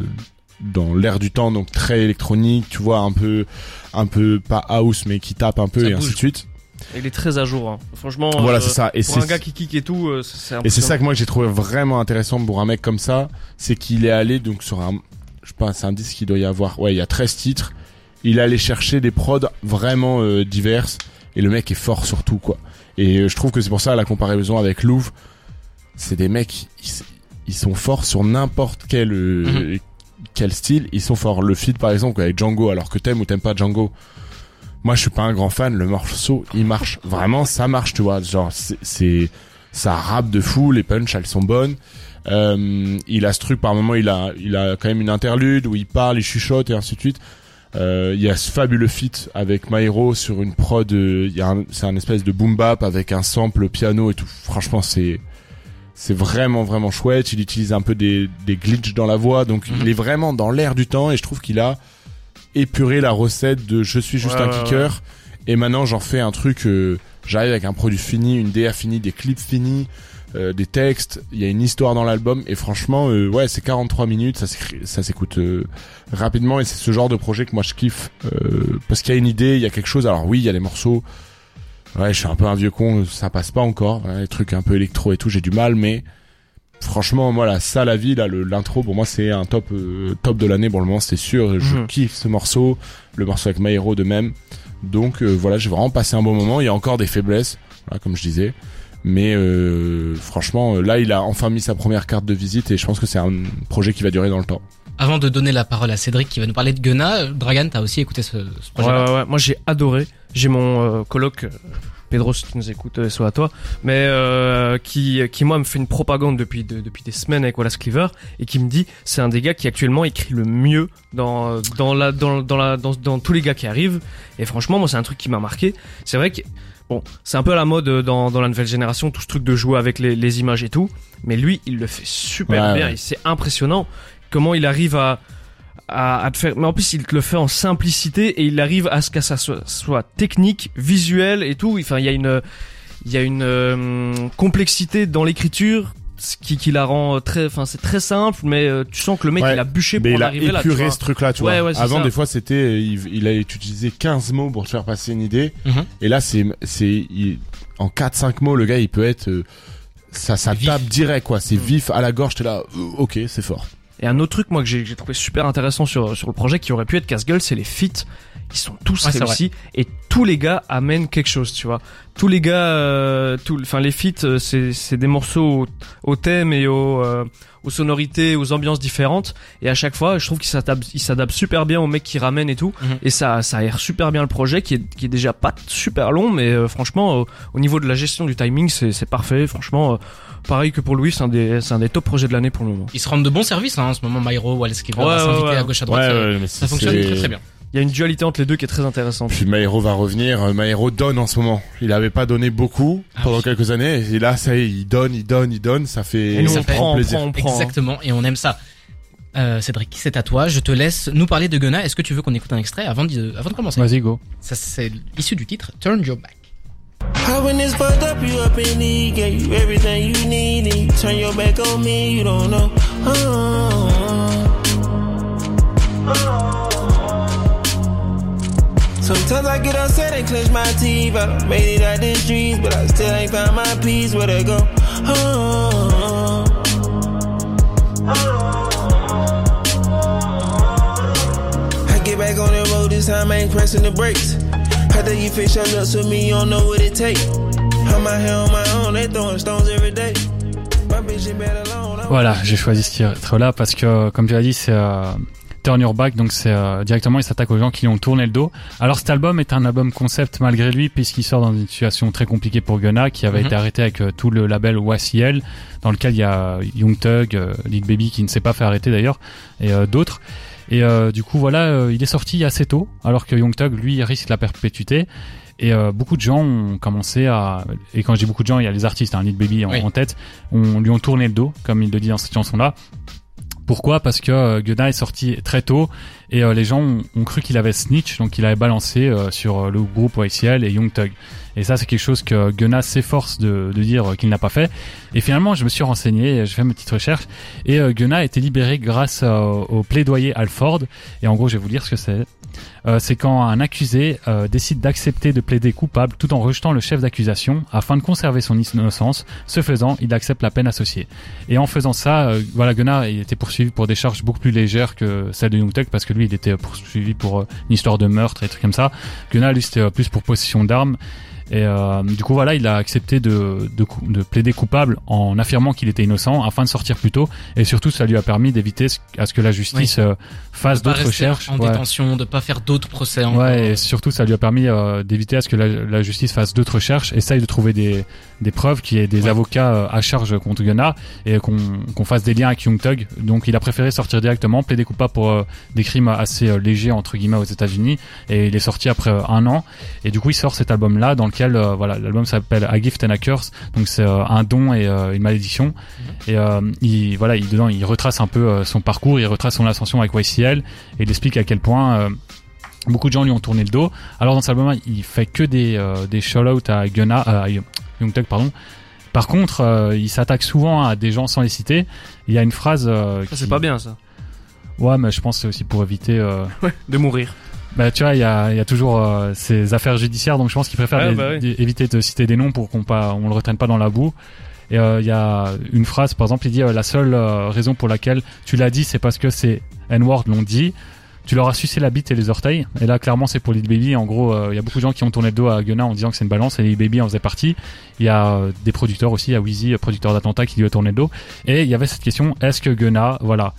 S5: dans l'air du temps, donc très électronique, tu vois, un peu, un peu pas house mais qui tape un peu
S2: Ça
S5: et ainsi
S2: bouge.
S5: de suite.
S4: Il est très à jour. hein. Franchement,
S5: voilà,
S4: euh,
S5: c'est ça. Et
S4: pour un
S5: c'est
S4: gars qui kick et tout, euh, c'est
S5: Et c'est ça que moi j'ai trouvé vraiment intéressant pour un mec comme ça, c'est qu'il est allé donc sur un, je pense un disque qu'il doit y avoir, ouais il y a 13 titres, il est allé chercher des prods vraiment euh, diverses et le mec est fort sur tout quoi. Et euh, je trouve que c'est pour ça la comparaison avec Louvre, c'est des mecs ils, s- ils sont forts sur n'importe quel euh, quel style, ils sont forts. Le feed par exemple avec Django, alors que t'aimes ou t'aimes pas Django. Moi, je suis pas un grand fan. Le morceau, il marche vraiment, ça marche, tu vois. Genre, c'est- c'est ça rappe de fou, les punches elles sont bonnes. Euh, il a ce truc par moment, il a, il a quand même une interlude où il parle, il chuchote et ainsi de suite. Euh, il y a ce fabuleux feat avec Mairo sur une prod, euh, il y a un- c'est un espèce de boom bap avec un sample piano et tout. Franchement, c'est c'est vraiment vraiment chouette. Il utilise un peu des, des glitches dans la voix,
S4: Mhm.
S5: donc il est vraiment dans l'air du temps et je trouve qu'il a épuré la recette de je suis juste
S4: Ouais,
S5: un
S4: ouais,
S5: kicker et maintenant j'en fais un truc. euh, J'arrive avec un produit fini, une DA finie, des clips finis euh, des textes, il y a une histoire dans l'album et franchement euh, ouais c'est 43 minutes, ça s'écrit- ça s'écoute euh, rapidement et c'est ce genre de projet que moi je kiffe euh, parce qu'il y a une idée, il y a quelque chose. Alors oui, il y a les morceaux. Ouais, je suis un peu un vieux con, ça passe pas encore. Voilà, les trucs un peu électro et tout, j'ai du mal, mais franchement, voilà, ça la vie, là, le- l'intro pour moi c'est un top euh, top de l'année pour le moment, c'est sûr. Je
S4: Mhm.
S5: kiffe ce morceau, le morceau avec Maero de même. Donc euh, voilà, j'ai vraiment passé un bon moment. Il y a encore des faiblesses, voilà, comme je disais. Mais euh, franchement, euh, là, il a enfin mis sa première carte de visite et je pense que c'est un projet qui va durer dans le temps.
S2: Avant de donner la parole à Cédric qui va nous parler de Gunna, euh, Dragan, t'as aussi écouté ce, ce
S4: Ouais,
S2: projet
S4: ouais, ouais. Moi, j'ai adoré. J'ai mon euh, coloc, euh, Pedro, si tu nous écoutes, euh, soit à toi, mais euh, qui, qui, moi, me fait une propagande depuis, de- depuis des semaines avec Wallace Cleaver et qui me dit c'est un des gars qui, actuellement, écrit le mieux dans, euh, dans, la, dans, dans, la, dans, dans tous les gars qui arrivent. Et franchement, moi, c'est un truc qui m'a marqué. C'est vrai que. Bon, c'est un peu à la mode euh, dans, dans la nouvelle génération, tout ce truc de jouer avec les, les images et tout. Mais lui, il le fait super
S5: Ouais,
S4: bien
S5: ouais.
S4: et c'est impressionnant comment il arrive à, à, à te faire. Mais en plus, il te le fait en simplicité et il arrive à ce que ça soit, soit technique, visuel et tout. Enfin, il y a une, il y a une euh, complexité dans l'écriture ce qui, qui la rend très. Enfin, c'est très simple, mais euh, tu sens que le mec
S5: Ouais,
S4: il a bûché
S5: Mais
S4: pour
S5: il
S4: en
S5: a
S4: arriver là. tu
S5: épuré
S4: vois.
S5: ce truc-là, tu
S4: Ouais,
S5: vois.
S4: ouais, c'est
S5: Avant,
S4: ça.
S5: des fois, c'était, euh, il, il a utilisé 15 mots pour te faire passer une idée.
S2: Mhm.
S5: Et là, c'est, c'est, il- en 4-5 mots, le gars, il peut être, euh, ça, ça
S2: Vif.
S5: tape direct, quoi. C'est
S4: Mhm.
S5: vif à la gorge, t'es là, euh, ok, c'est fort.
S4: Et un autre truc, moi, que j'ai que j'ai trouvé super intéressant sur, sur le projet, qui aurait pu être casse-gueule, c'est les feats. Ils sont tous
S2: Ouais, c'est
S4: réussis et tous les gars amènent quelque chose, tu vois. Tous les gars, euh, tout, enfin les feats, euh, c'est c'est des morceaux au, au thème et au, euh, aux sonorités, aux ambiances différentes. Et à chaque fois, je trouve qu'ils s'adaptent, ils s'adaptent super bien aux mecs qui ramènent et tout.
S2: Mhm.
S4: Et ça, ça aère super bien le projet, qui est, qui est déjà pas super long, mais euh, franchement, au, au niveau de la gestion du timing, c'est c'est parfait. Franchement, euh, pareil que pour Louis, c'est un des, c'est un des top projets de l'année pour le moment.
S2: Ils se rendent de bons services hein, en ce moment, Myro, Wallace Cleaver,
S4: Ouais,
S2: à s'inviter
S4: ouais, ouais.
S2: à gauche à droite. euh,
S5: mais
S2: Ça fonctionne très très bien.
S4: Il y a une dualité entre les deux qui est très intéressante.
S5: Puis Maero va revenir. Euh, Maero donne en ce moment. Il avait pas donné beaucoup
S2: Ah
S5: pendant
S2: oui.
S5: quelques années. Et là, ça y est, il donne, il donne, il donne. Ça fait,
S4: Et nous,
S5: ça
S4: on
S5: fait
S4: prend, on
S5: plaisir.
S4: prend, on prend. hein.
S2: Exactement, et on aime ça. Euh, Cédric, c'est à toi. Je te laisse nous parler de Gunna. Est-ce que tu veux qu'on écoute un extrait avant de, avant de commencer
S3: Vas-y, go.
S2: Ça, c'est issu du titre Turn Your Back.
S7: How when it's fucked up, you up in need, gave you everything you need, and you turn your back on me, you don't know. Uh. Sometimes I get upset and clench my teeth. I done made it out the streets, but I still ain't found my peace. Where to go? Uh. I get back on the road, this time I ain't pressing the brakes. How do you fix your looks with me? You don't know what it takes. I'm out here on my own, they throwing stones every day. My bitch ain't bad alone. I'm
S3: Voilà, j'ai choisi ce titre-là parce que, euh, comme tu l'as dit, c'est euh, Turn Your Back, donc c'est euh, directement, il s'attaque aux gens qui lui ont tourné le dos. Alors cet album est un album concept malgré lui, puisqu'il sort dans une situation très compliquée pour Gunna, qui avait
S2: Mhm.
S3: été arrêté avec euh, tout le label YCL, dans lequel il y a Young Thug, euh, Lil Baby, qui ne s'est pas fait arrêter d'ailleurs, et euh, d'autres. Et euh, du coup, voilà, euh, il est sorti assez tôt, alors que Young Thug, lui, risque la perpétuité. Et euh, beaucoup de gens ont commencé à... Et quand je dis beaucoup de gens, il y a les artistes, hein, Lil Baby en-
S2: Oui.
S3: en tête, on lui ont tourné le dos, comme il le dit dans cette chanson-là. Pourquoi Parce que euh, Gunna est sorti très tôt Et euh, les gens ont, ont cru qu'il avait snitch, donc il avait balancé euh, sur euh, le groupe YCL et Young Thug. Et ça, c'est quelque chose que Gunna s'efforce de, de dire euh, qu'il n'a pas fait. Et finalement, je me suis renseigné, j'ai fait mes petites recherches, et euh, Gunna a été libéré grâce euh, au plaidoyer Alford. Et en gros, je vais vous dire ce que c'est. Euh, c'est quand un accusé euh, décide d'accepter de plaider coupable tout en rejetant le chef d'accusation afin de conserver son innocence. Ce faisant, il accepte la peine associée. Et en faisant ça, euh, voilà, Gunnar il était poursuivi pour des charges beaucoup plus légères que celle de Young Thug parce que lui, il était poursuivi pour euh, une histoire de meurtre et des trucs comme ça. Gunnar, lui, c'était euh, plus pour possession d'armes. Et euh, du coup, voilà, il a accepté de, de, cou- de plaider coupable en affirmant qu'il était innocent afin de sortir plus tôt. Et surtout, ça lui a permis d'éviter ce- à ce que la justice euh, fasse
S2: Pas
S3: d'autres
S2: rester
S3: recherches.
S2: En
S3: Ouais.
S2: détention, de pas faire d'autres procès. encore.
S3: Ouais, et surtout, ça lui a permis euh, d'éviter à ce que la, la justice fasse d'autres recherches, essaye de trouver des, des preuves, qu'il y ait des
S2: Ouais.
S3: avocats euh, à charge contre Gunnar et qu'on qu'on fasse des liens avec Young Thug. Donc, il a préféré sortir directement, plaider coupable pour euh, des crimes assez euh, légers, entre guillemets, aux États-Unis. Et il est sorti après euh, un an. Et du coup, il sort cet album-là, dans lequel, euh, voilà, l'album s'appelle A Gift and a Curse. Donc, c'est euh, un don et euh, une malédiction. Et euh, il, voilà, il, dedans, il retrace un peu euh, son parcours, il retrace son ascension avec YCL et il explique à quel point. euh, Beaucoup de gens lui ont tourné le dos. Alors dans cet album, il fait que des euh, des shout-outs à Gunna, euh, à Young Thug, pardon. Par contre, euh, il s'attaque souvent à des gens sans les citer. Il y a une phrase. euh,
S4: Ça,
S3: qui-
S4: c'est pas bien, ça.
S3: Ouais, mais je pense que c'est aussi pour éviter. euh,
S4: De mourir.
S3: Bah tu vois, il y a, il y a toujours euh, ces affaires judiciaires, donc je pense qu'il préfère
S4: Ouais,
S3: les-
S4: bah oui.
S3: d- éviter de citer des noms pour qu'on pas, on le retraîne pas dans la boue. Et euh, il y a une phrase, par exemple, il dit euh, la seule euh, raison pour laquelle tu l'as dit, c'est parce que ces N-word l'ont dit. Tu leur as sucé la bite et les orteils. Et là, clairement, c'est pour Lil Baby. En gros, euh, il y a beaucoup de gens qui ont tourné le dos à Gunna en disant que c'est une balance et Lil Baby en faisait partie. Il y a euh, des producteurs aussi, il y a Wheezy, euh, producteur d'attentats, qui lui a tourné le dos. Et il y avait cette question, est-ce que Gunna, voilà,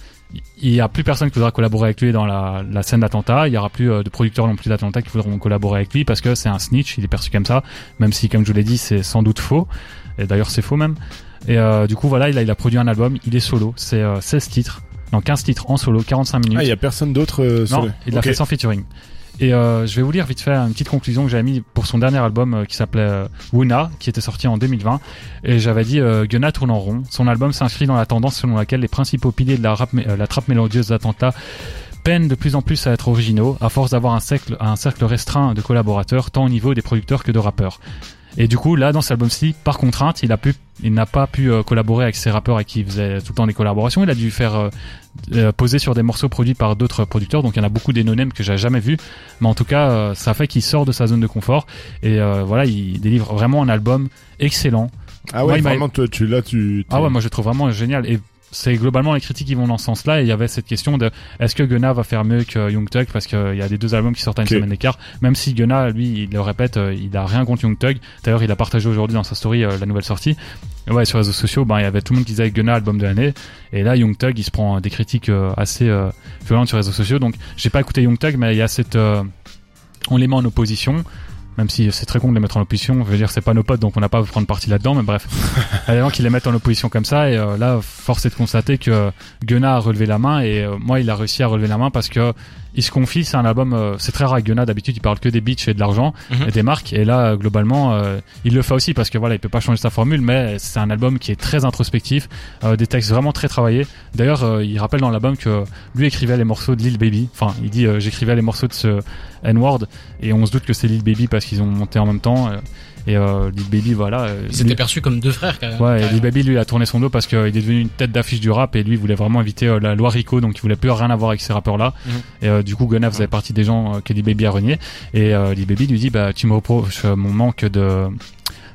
S3: il y a plus personne qui voudra collaborer avec lui dans la, la scène d'attentat. Il y aura plus euh, de producteurs non plus d'attentat qui voudront collaborer avec lui parce que c'est un snitch. Il est perçu comme ça, même si, comme je vous l'ai dit, c'est sans doute faux. Et d'ailleurs, c'est faux même. Et euh, du coup, voilà, il a, il a produit un album. Il est solo. C'est euh, 16 titres. Non, 15 titres en solo, 45 minutes.
S5: Ah, il y a personne d'autre euh, sur
S3: Non,
S5: le-
S3: il l'a
S5: Ok.
S3: fait sans featuring. Et euh, je vais vous lire vite fait une petite conclusion que j'avais mis pour son dernier album euh, qui s'appelait euh, Wuna, qui était sorti en 2020. Et j'avais dit euh, Gunna tourne en rond. Son album s'inscrit dans la tendance selon laquelle les principaux piliers de la, rap, euh, la trappe mélodieuse d'attentat peinent de plus en plus à être originaux, à force d'avoir un cercle, un cercle restreint de collaborateurs, tant au niveau des producteurs que de rappeurs. Et du coup, là, dans cet album-ci, par contrainte, il a pu, il n'a pas pu euh, collaborer avec ces rappeurs avec qui il faisait tout le temps des collaborations. Il a dû faire euh, euh, posé sur des morceaux produits par d'autres producteurs. Donc il y en a beaucoup des no-names que j'ai jamais vu, mais en tout cas euh, ça fait qu'il sort de sa zone de confort et euh, voilà il délivre vraiment un album excellent.
S5: Ah
S3: Moi,
S5: ouais,
S3: il m'a-
S5: vraiment, toi, tu, là, tu.
S3: Ah ouais moi je le trouve vraiment génial et c'est globalement les critiques qui vont dans ce sens-là et il y avait cette question de est-ce que Gunna va faire mieux que Young Thug parce qu'il y a les deux albums qui sortent à une
S5: Ok.
S3: semaine d'écart même si Gunna lui il le répète euh, il a rien contre Young Thug d'ailleurs il a partagé aujourd'hui dans sa story euh, la nouvelle sortie Et ouais sur les réseaux sociaux ben il y avait tout le monde qui disait Gunna album de l'année et là Young Thug il se prend des critiques euh, assez euh, violentes sur les réseaux sociaux donc j'ai pas écouté Young Thug mais il y a cette euh, on les met en opposition même si c'est très con de les mettre en opposition, je veux dire c'est pas nos potes donc on n'a pas à prendre parti là-dedans, mais bref, il y a des gens qui les mettent en opposition comme ça et euh, là force est de constater que euh, Gunna a relevé la main et euh, moi il a réussi à relever la main parce que il se confie, c'est un album, euh, c'est très rare Gunna d'habitude il parle que des beats et de l'argent
S2: Mhm.
S3: et des marques et là euh, globalement euh, il le fait aussi parce que voilà il peut pas changer sa formule mais c'est un album qui est très introspectif, euh, des textes vraiment très travaillés. D'ailleurs euh, il rappelle dans l'album que lui écrivait les morceaux de Lil Baby, enfin il dit euh, j'écrivais les morceaux de ce N-word et on se doute que c'est Lil Baby parce qu'ils ont monté en même temps euh, et euh, Lil Baby voilà. euh,
S2: Ils étaient
S3: lui-
S2: perçus comme deux frères, quand même.
S3: Ouais, et Lil Baby lui a tourné son dos parce qu'il est devenu une tête d'affiche du rap et lui il voulait vraiment éviter euh, la loi Rico donc il voulait plus rien avoir avec ces rappeurs là.
S2: Mhm.
S3: Et euh, du coup Gunna faisait partie des gens euh, que Lil Baby a renié et euh, Lil Baby lui dit bah tu me reproches euh, mon manque de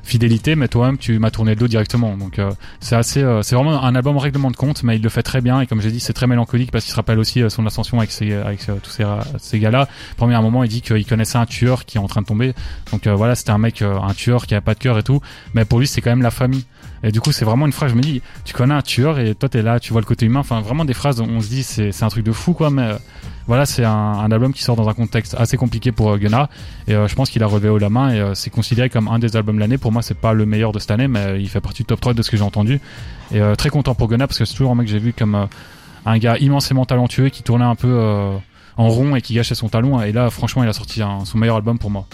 S3: fidélité mais toi-même tu m'as tourné le dos directement donc euh, c'est assez euh, c'est vraiment un album en règlement de compte mais il le fait très bien et comme j'ai dit c'est très mélancolique parce qu'il se rappelle aussi euh, son ascension avec ses, avec euh, tous ces, ra- ces gars là premier moment il dit qu'il connaissait un tueur qui est en train de tomber donc euh, voilà c'était un mec euh, un tueur qui a pas de cœur et tout mais pour lui c'est quand même la famille et du coup c'est vraiment une phrase je me dis tu connais un tueur et toi t'es là tu vois le côté humain enfin vraiment des phrases on se dit c'est c'est un truc de fou quoi mais euh, voilà c'est un, un album qui sort dans un contexte assez compliqué pour euh, Gunna et euh, je pense qu'il a relevé haut la main et euh, c'est considéré comme un des albums de l'année pour moi c'est pas le meilleur de cette année mais euh, il fait partie du top 3 de ce que j'ai entendu et euh, très content pour Gunna parce que c'est toujours un mec que j'ai vu comme euh, un gars immensément talentueux qui tournait un peu euh, en rond et qui gâchait son talon et là franchement il a sorti un- son meilleur album pour moi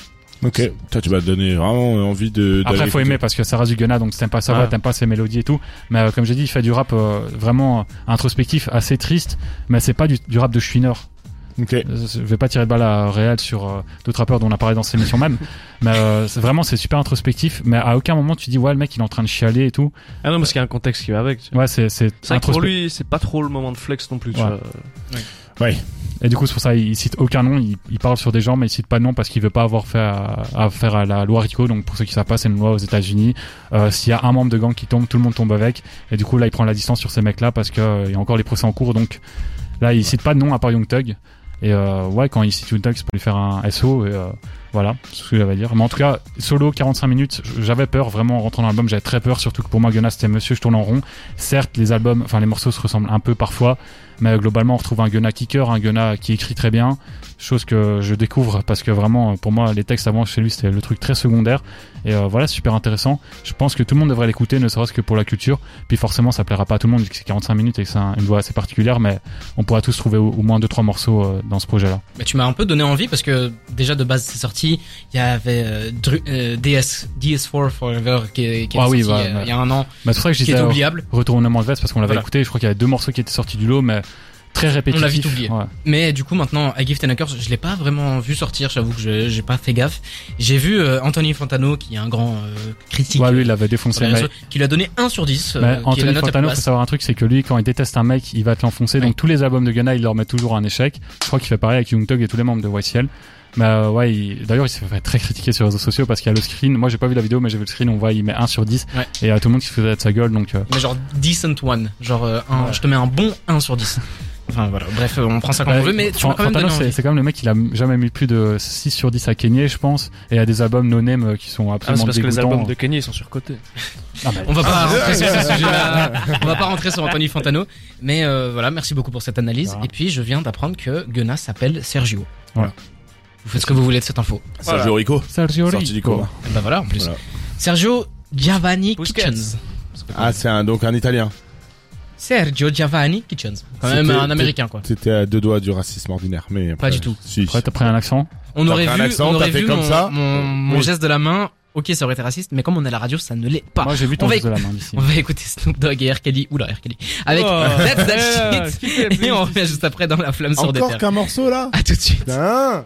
S5: Ok. Toi, tu m'as donné vraiment envie de.
S3: après,
S5: d'aller
S3: faut
S5: écouter.
S3: aimer parce que ça reste du Gunna, donc si t'aimes pas sa voix,
S4: Ouais.
S3: t'aimes pas ses mélodies et tout. Mais euh, comme j'ai dit, il fait du rap euh, vraiment euh, introspectif, assez triste, mais c'est pas du, du rap de chouineur.
S5: Ok.
S3: Euh, Je vais pas tirer de balle à Real sur euh, d'autres rappeurs dont on a parlé dans cette émission même. mais euh, c'est- vraiment, c'est super introspectif. Mais à aucun moment tu dis, ouais, le mec, il est en train de chialer et tout.
S4: Ah non, parce qu'il y a un contexte qui va avec. tu vois.
S3: Ouais, c'est c'est
S4: C'est vrai que pour
S3: introspect-
S4: lui, c'est pas trop le moment de flex non plus. tu
S3: Ouais.
S4: vois.
S3: Et du coup, c'est pour ça, il cite aucun nom. Il, il parle sur des gens, mais il cite pas de nom parce qu'il veut pas avoir fait à, à faire à la loi Rico. Donc, pour ceux qui savent pas, c'est une loi aux États-Unis. Euh, S'il y a un membre de gang qui tombe, tout le monde tombe avec. Et du coup, là, il prend la distance sur ces mecs-là parce que euh, il y a encore les procès en cours. Donc, là, il cite pas de nom à part Young Thug. Et euh, ouais, quand il cite Young Thug, c'est pour lui faire un SO. Et, euh, voilà, c'est ce que j'avais à dire. Mais en tout cas, solo 45 minutes, j'avais peur vraiment en rentrant dans l'album, j'avais très peur, surtout que pour moi, Gunna c'était Monsieur, je tourne en rond. Certes, les albums, enfin les morceaux se ressemblent un peu parfois, mais euh, globalement, on retrouve un Gunna kicker, un Gunna qui écrit très bien, chose que je découvre parce que vraiment, euh, pour moi, les textes avant chez lui c'était le truc très secondaire. Et euh, voilà, super intéressant. Je pense que tout le monde devrait l'écouter, ne serait-ce que pour la culture. Puis forcément, ça plaira pas à tout le monde vu que c'est 45 minutes et que c'est un- une voix assez particulière, mais on pourra tous trouver au, au moins 2-3 morceaux euh, dans ce projet-là.
S2: Bah, tu m'as un peu donné envie parce que déjà de base c'est sorti, il y avait euh, Dru- euh, DS, DS4 Forever qui, est- qui est
S3: Ah oui,
S2: sorti
S3: bah,
S2: euh,
S3: bah.
S2: il y a un an,
S3: Bah, c'est pour ça que je
S2: qui
S3: disais,
S2: est
S3: euh,
S2: oubliable,
S3: Retournement de veste parce qu'on l'avait
S2: Voilà.
S3: écouté. Je crois qu'il y avait deux morceaux qui étaient sortis du lot, mais très répétitifs.
S2: On l'a vite oublié.
S3: Ouais.
S2: mais du coup maintenant à Gift and a Curse, je l'ai pas vraiment vu sortir, j'avoue que je- j'ai pas fait gaffe. J'ai vu euh, Anthony Fantano qui est un grand euh, critique
S3: Ouais, lui, il l'avait
S2: sur
S3: défoncé.
S2: les
S3: Mais,
S2: réseaux, qui lui a donné 1 sur 10, euh,
S3: mais
S2: qui est la
S3: Anthony
S2: note la plus
S3: Fantano, faut
S2: basse.
S3: savoir un truc, c'est que lui, quand il déteste un mec, il va te l'enfoncer.
S2: Ouais.
S3: Donc tous les albums de Gunna, il leur met toujours un échec. Je crois qu'il fait pareil avec Young Thug et tous les membres de YCL. Mais euh, ouais, il- d'ailleurs, il s'est fait très critiquer sur les réseaux sociaux parce qu'il y a le screen. Moi, j'ai pas vu la vidéo, mais j'ai vu le screen. On voit, il met 1 sur 10.
S2: Ouais.
S3: Et euh, tout le monde qui se faisait de sa gueule. Donc, euh,
S2: Mais genre decent one, genre euh, un, je te mets un bon 1 sur 10. Enfin voilà, bref, euh, on prend ça comme on
S3: Ouais,
S2: veut, mais tu
S3: Fan-
S2: m'as quand même
S3: Fantano,
S2: donné
S3: c'est
S2: envie.
S3: c'est quand même le mec, il a jamais mis plus de 6 sur 10 à Kenyé, je pense. Et à des albums no-name euh, qui sont
S4: Ah,
S3: absolument
S4: c'est parce que les
S3: dégoûtants. Ah,
S4: albums de Kanye ils sont surcotés.
S2: On va
S5: Ah,
S2: pas rentrer sur ce sujet-là. On va pas rentrer sur Anthony Fantano. Mais euh, voilà, merci beaucoup pour cette analyse.
S5: Ah.
S3: Voilà.
S2: Et puis, je viens d'apprendre que Gunna s'appelle Sergio.
S3: Voilà.
S2: Vous faites ce que vous voulez de cette info.
S5: Sergio Rico.
S3: Sergio
S5: Sorti du
S3: Rico.
S5: coma.
S2: Et bah voilà, en plus.
S5: Voilà.
S2: Sergio Giovanni
S4: Busquets.
S2: Kitchens.
S5: Ah, c'est un, donc un italien.
S2: Sergio Giovanni Kitchens. Quand
S5: C'était-
S2: même un américain, quoi.
S5: C'était à deux doigts du racisme ordinaire, mais après-
S2: du tout.
S5: Si.
S3: Après, t'as pris un accent.
S2: On
S5: T'as
S2: aurait
S5: fait un
S2: vu,
S5: accent,
S2: on
S5: t'as
S2: aurait
S5: fait
S2: vu
S5: comme
S2: mon,
S5: ça.
S2: mon, mon
S5: Oui.
S2: geste de la main. Ok, ça aurait été raciste, mais comme on a la radio, ça ne l'est pas.
S3: Moi, j'ai vu ton
S2: on va
S3: geste de la main d'ici.
S2: On va écouter Snoop Dogg et R. Kelly. Oula, R. Kelly. Avec
S4: Oh.
S2: That's That
S4: Eh,
S2: Shit.
S4: qui fait la
S2: Et
S4: playlist
S2: on revient juste après dans La Flamme sur des
S3: hein.
S5: Encore
S2: terres.
S5: qu'un morceau là
S2: À tout de suite.
S5: Putain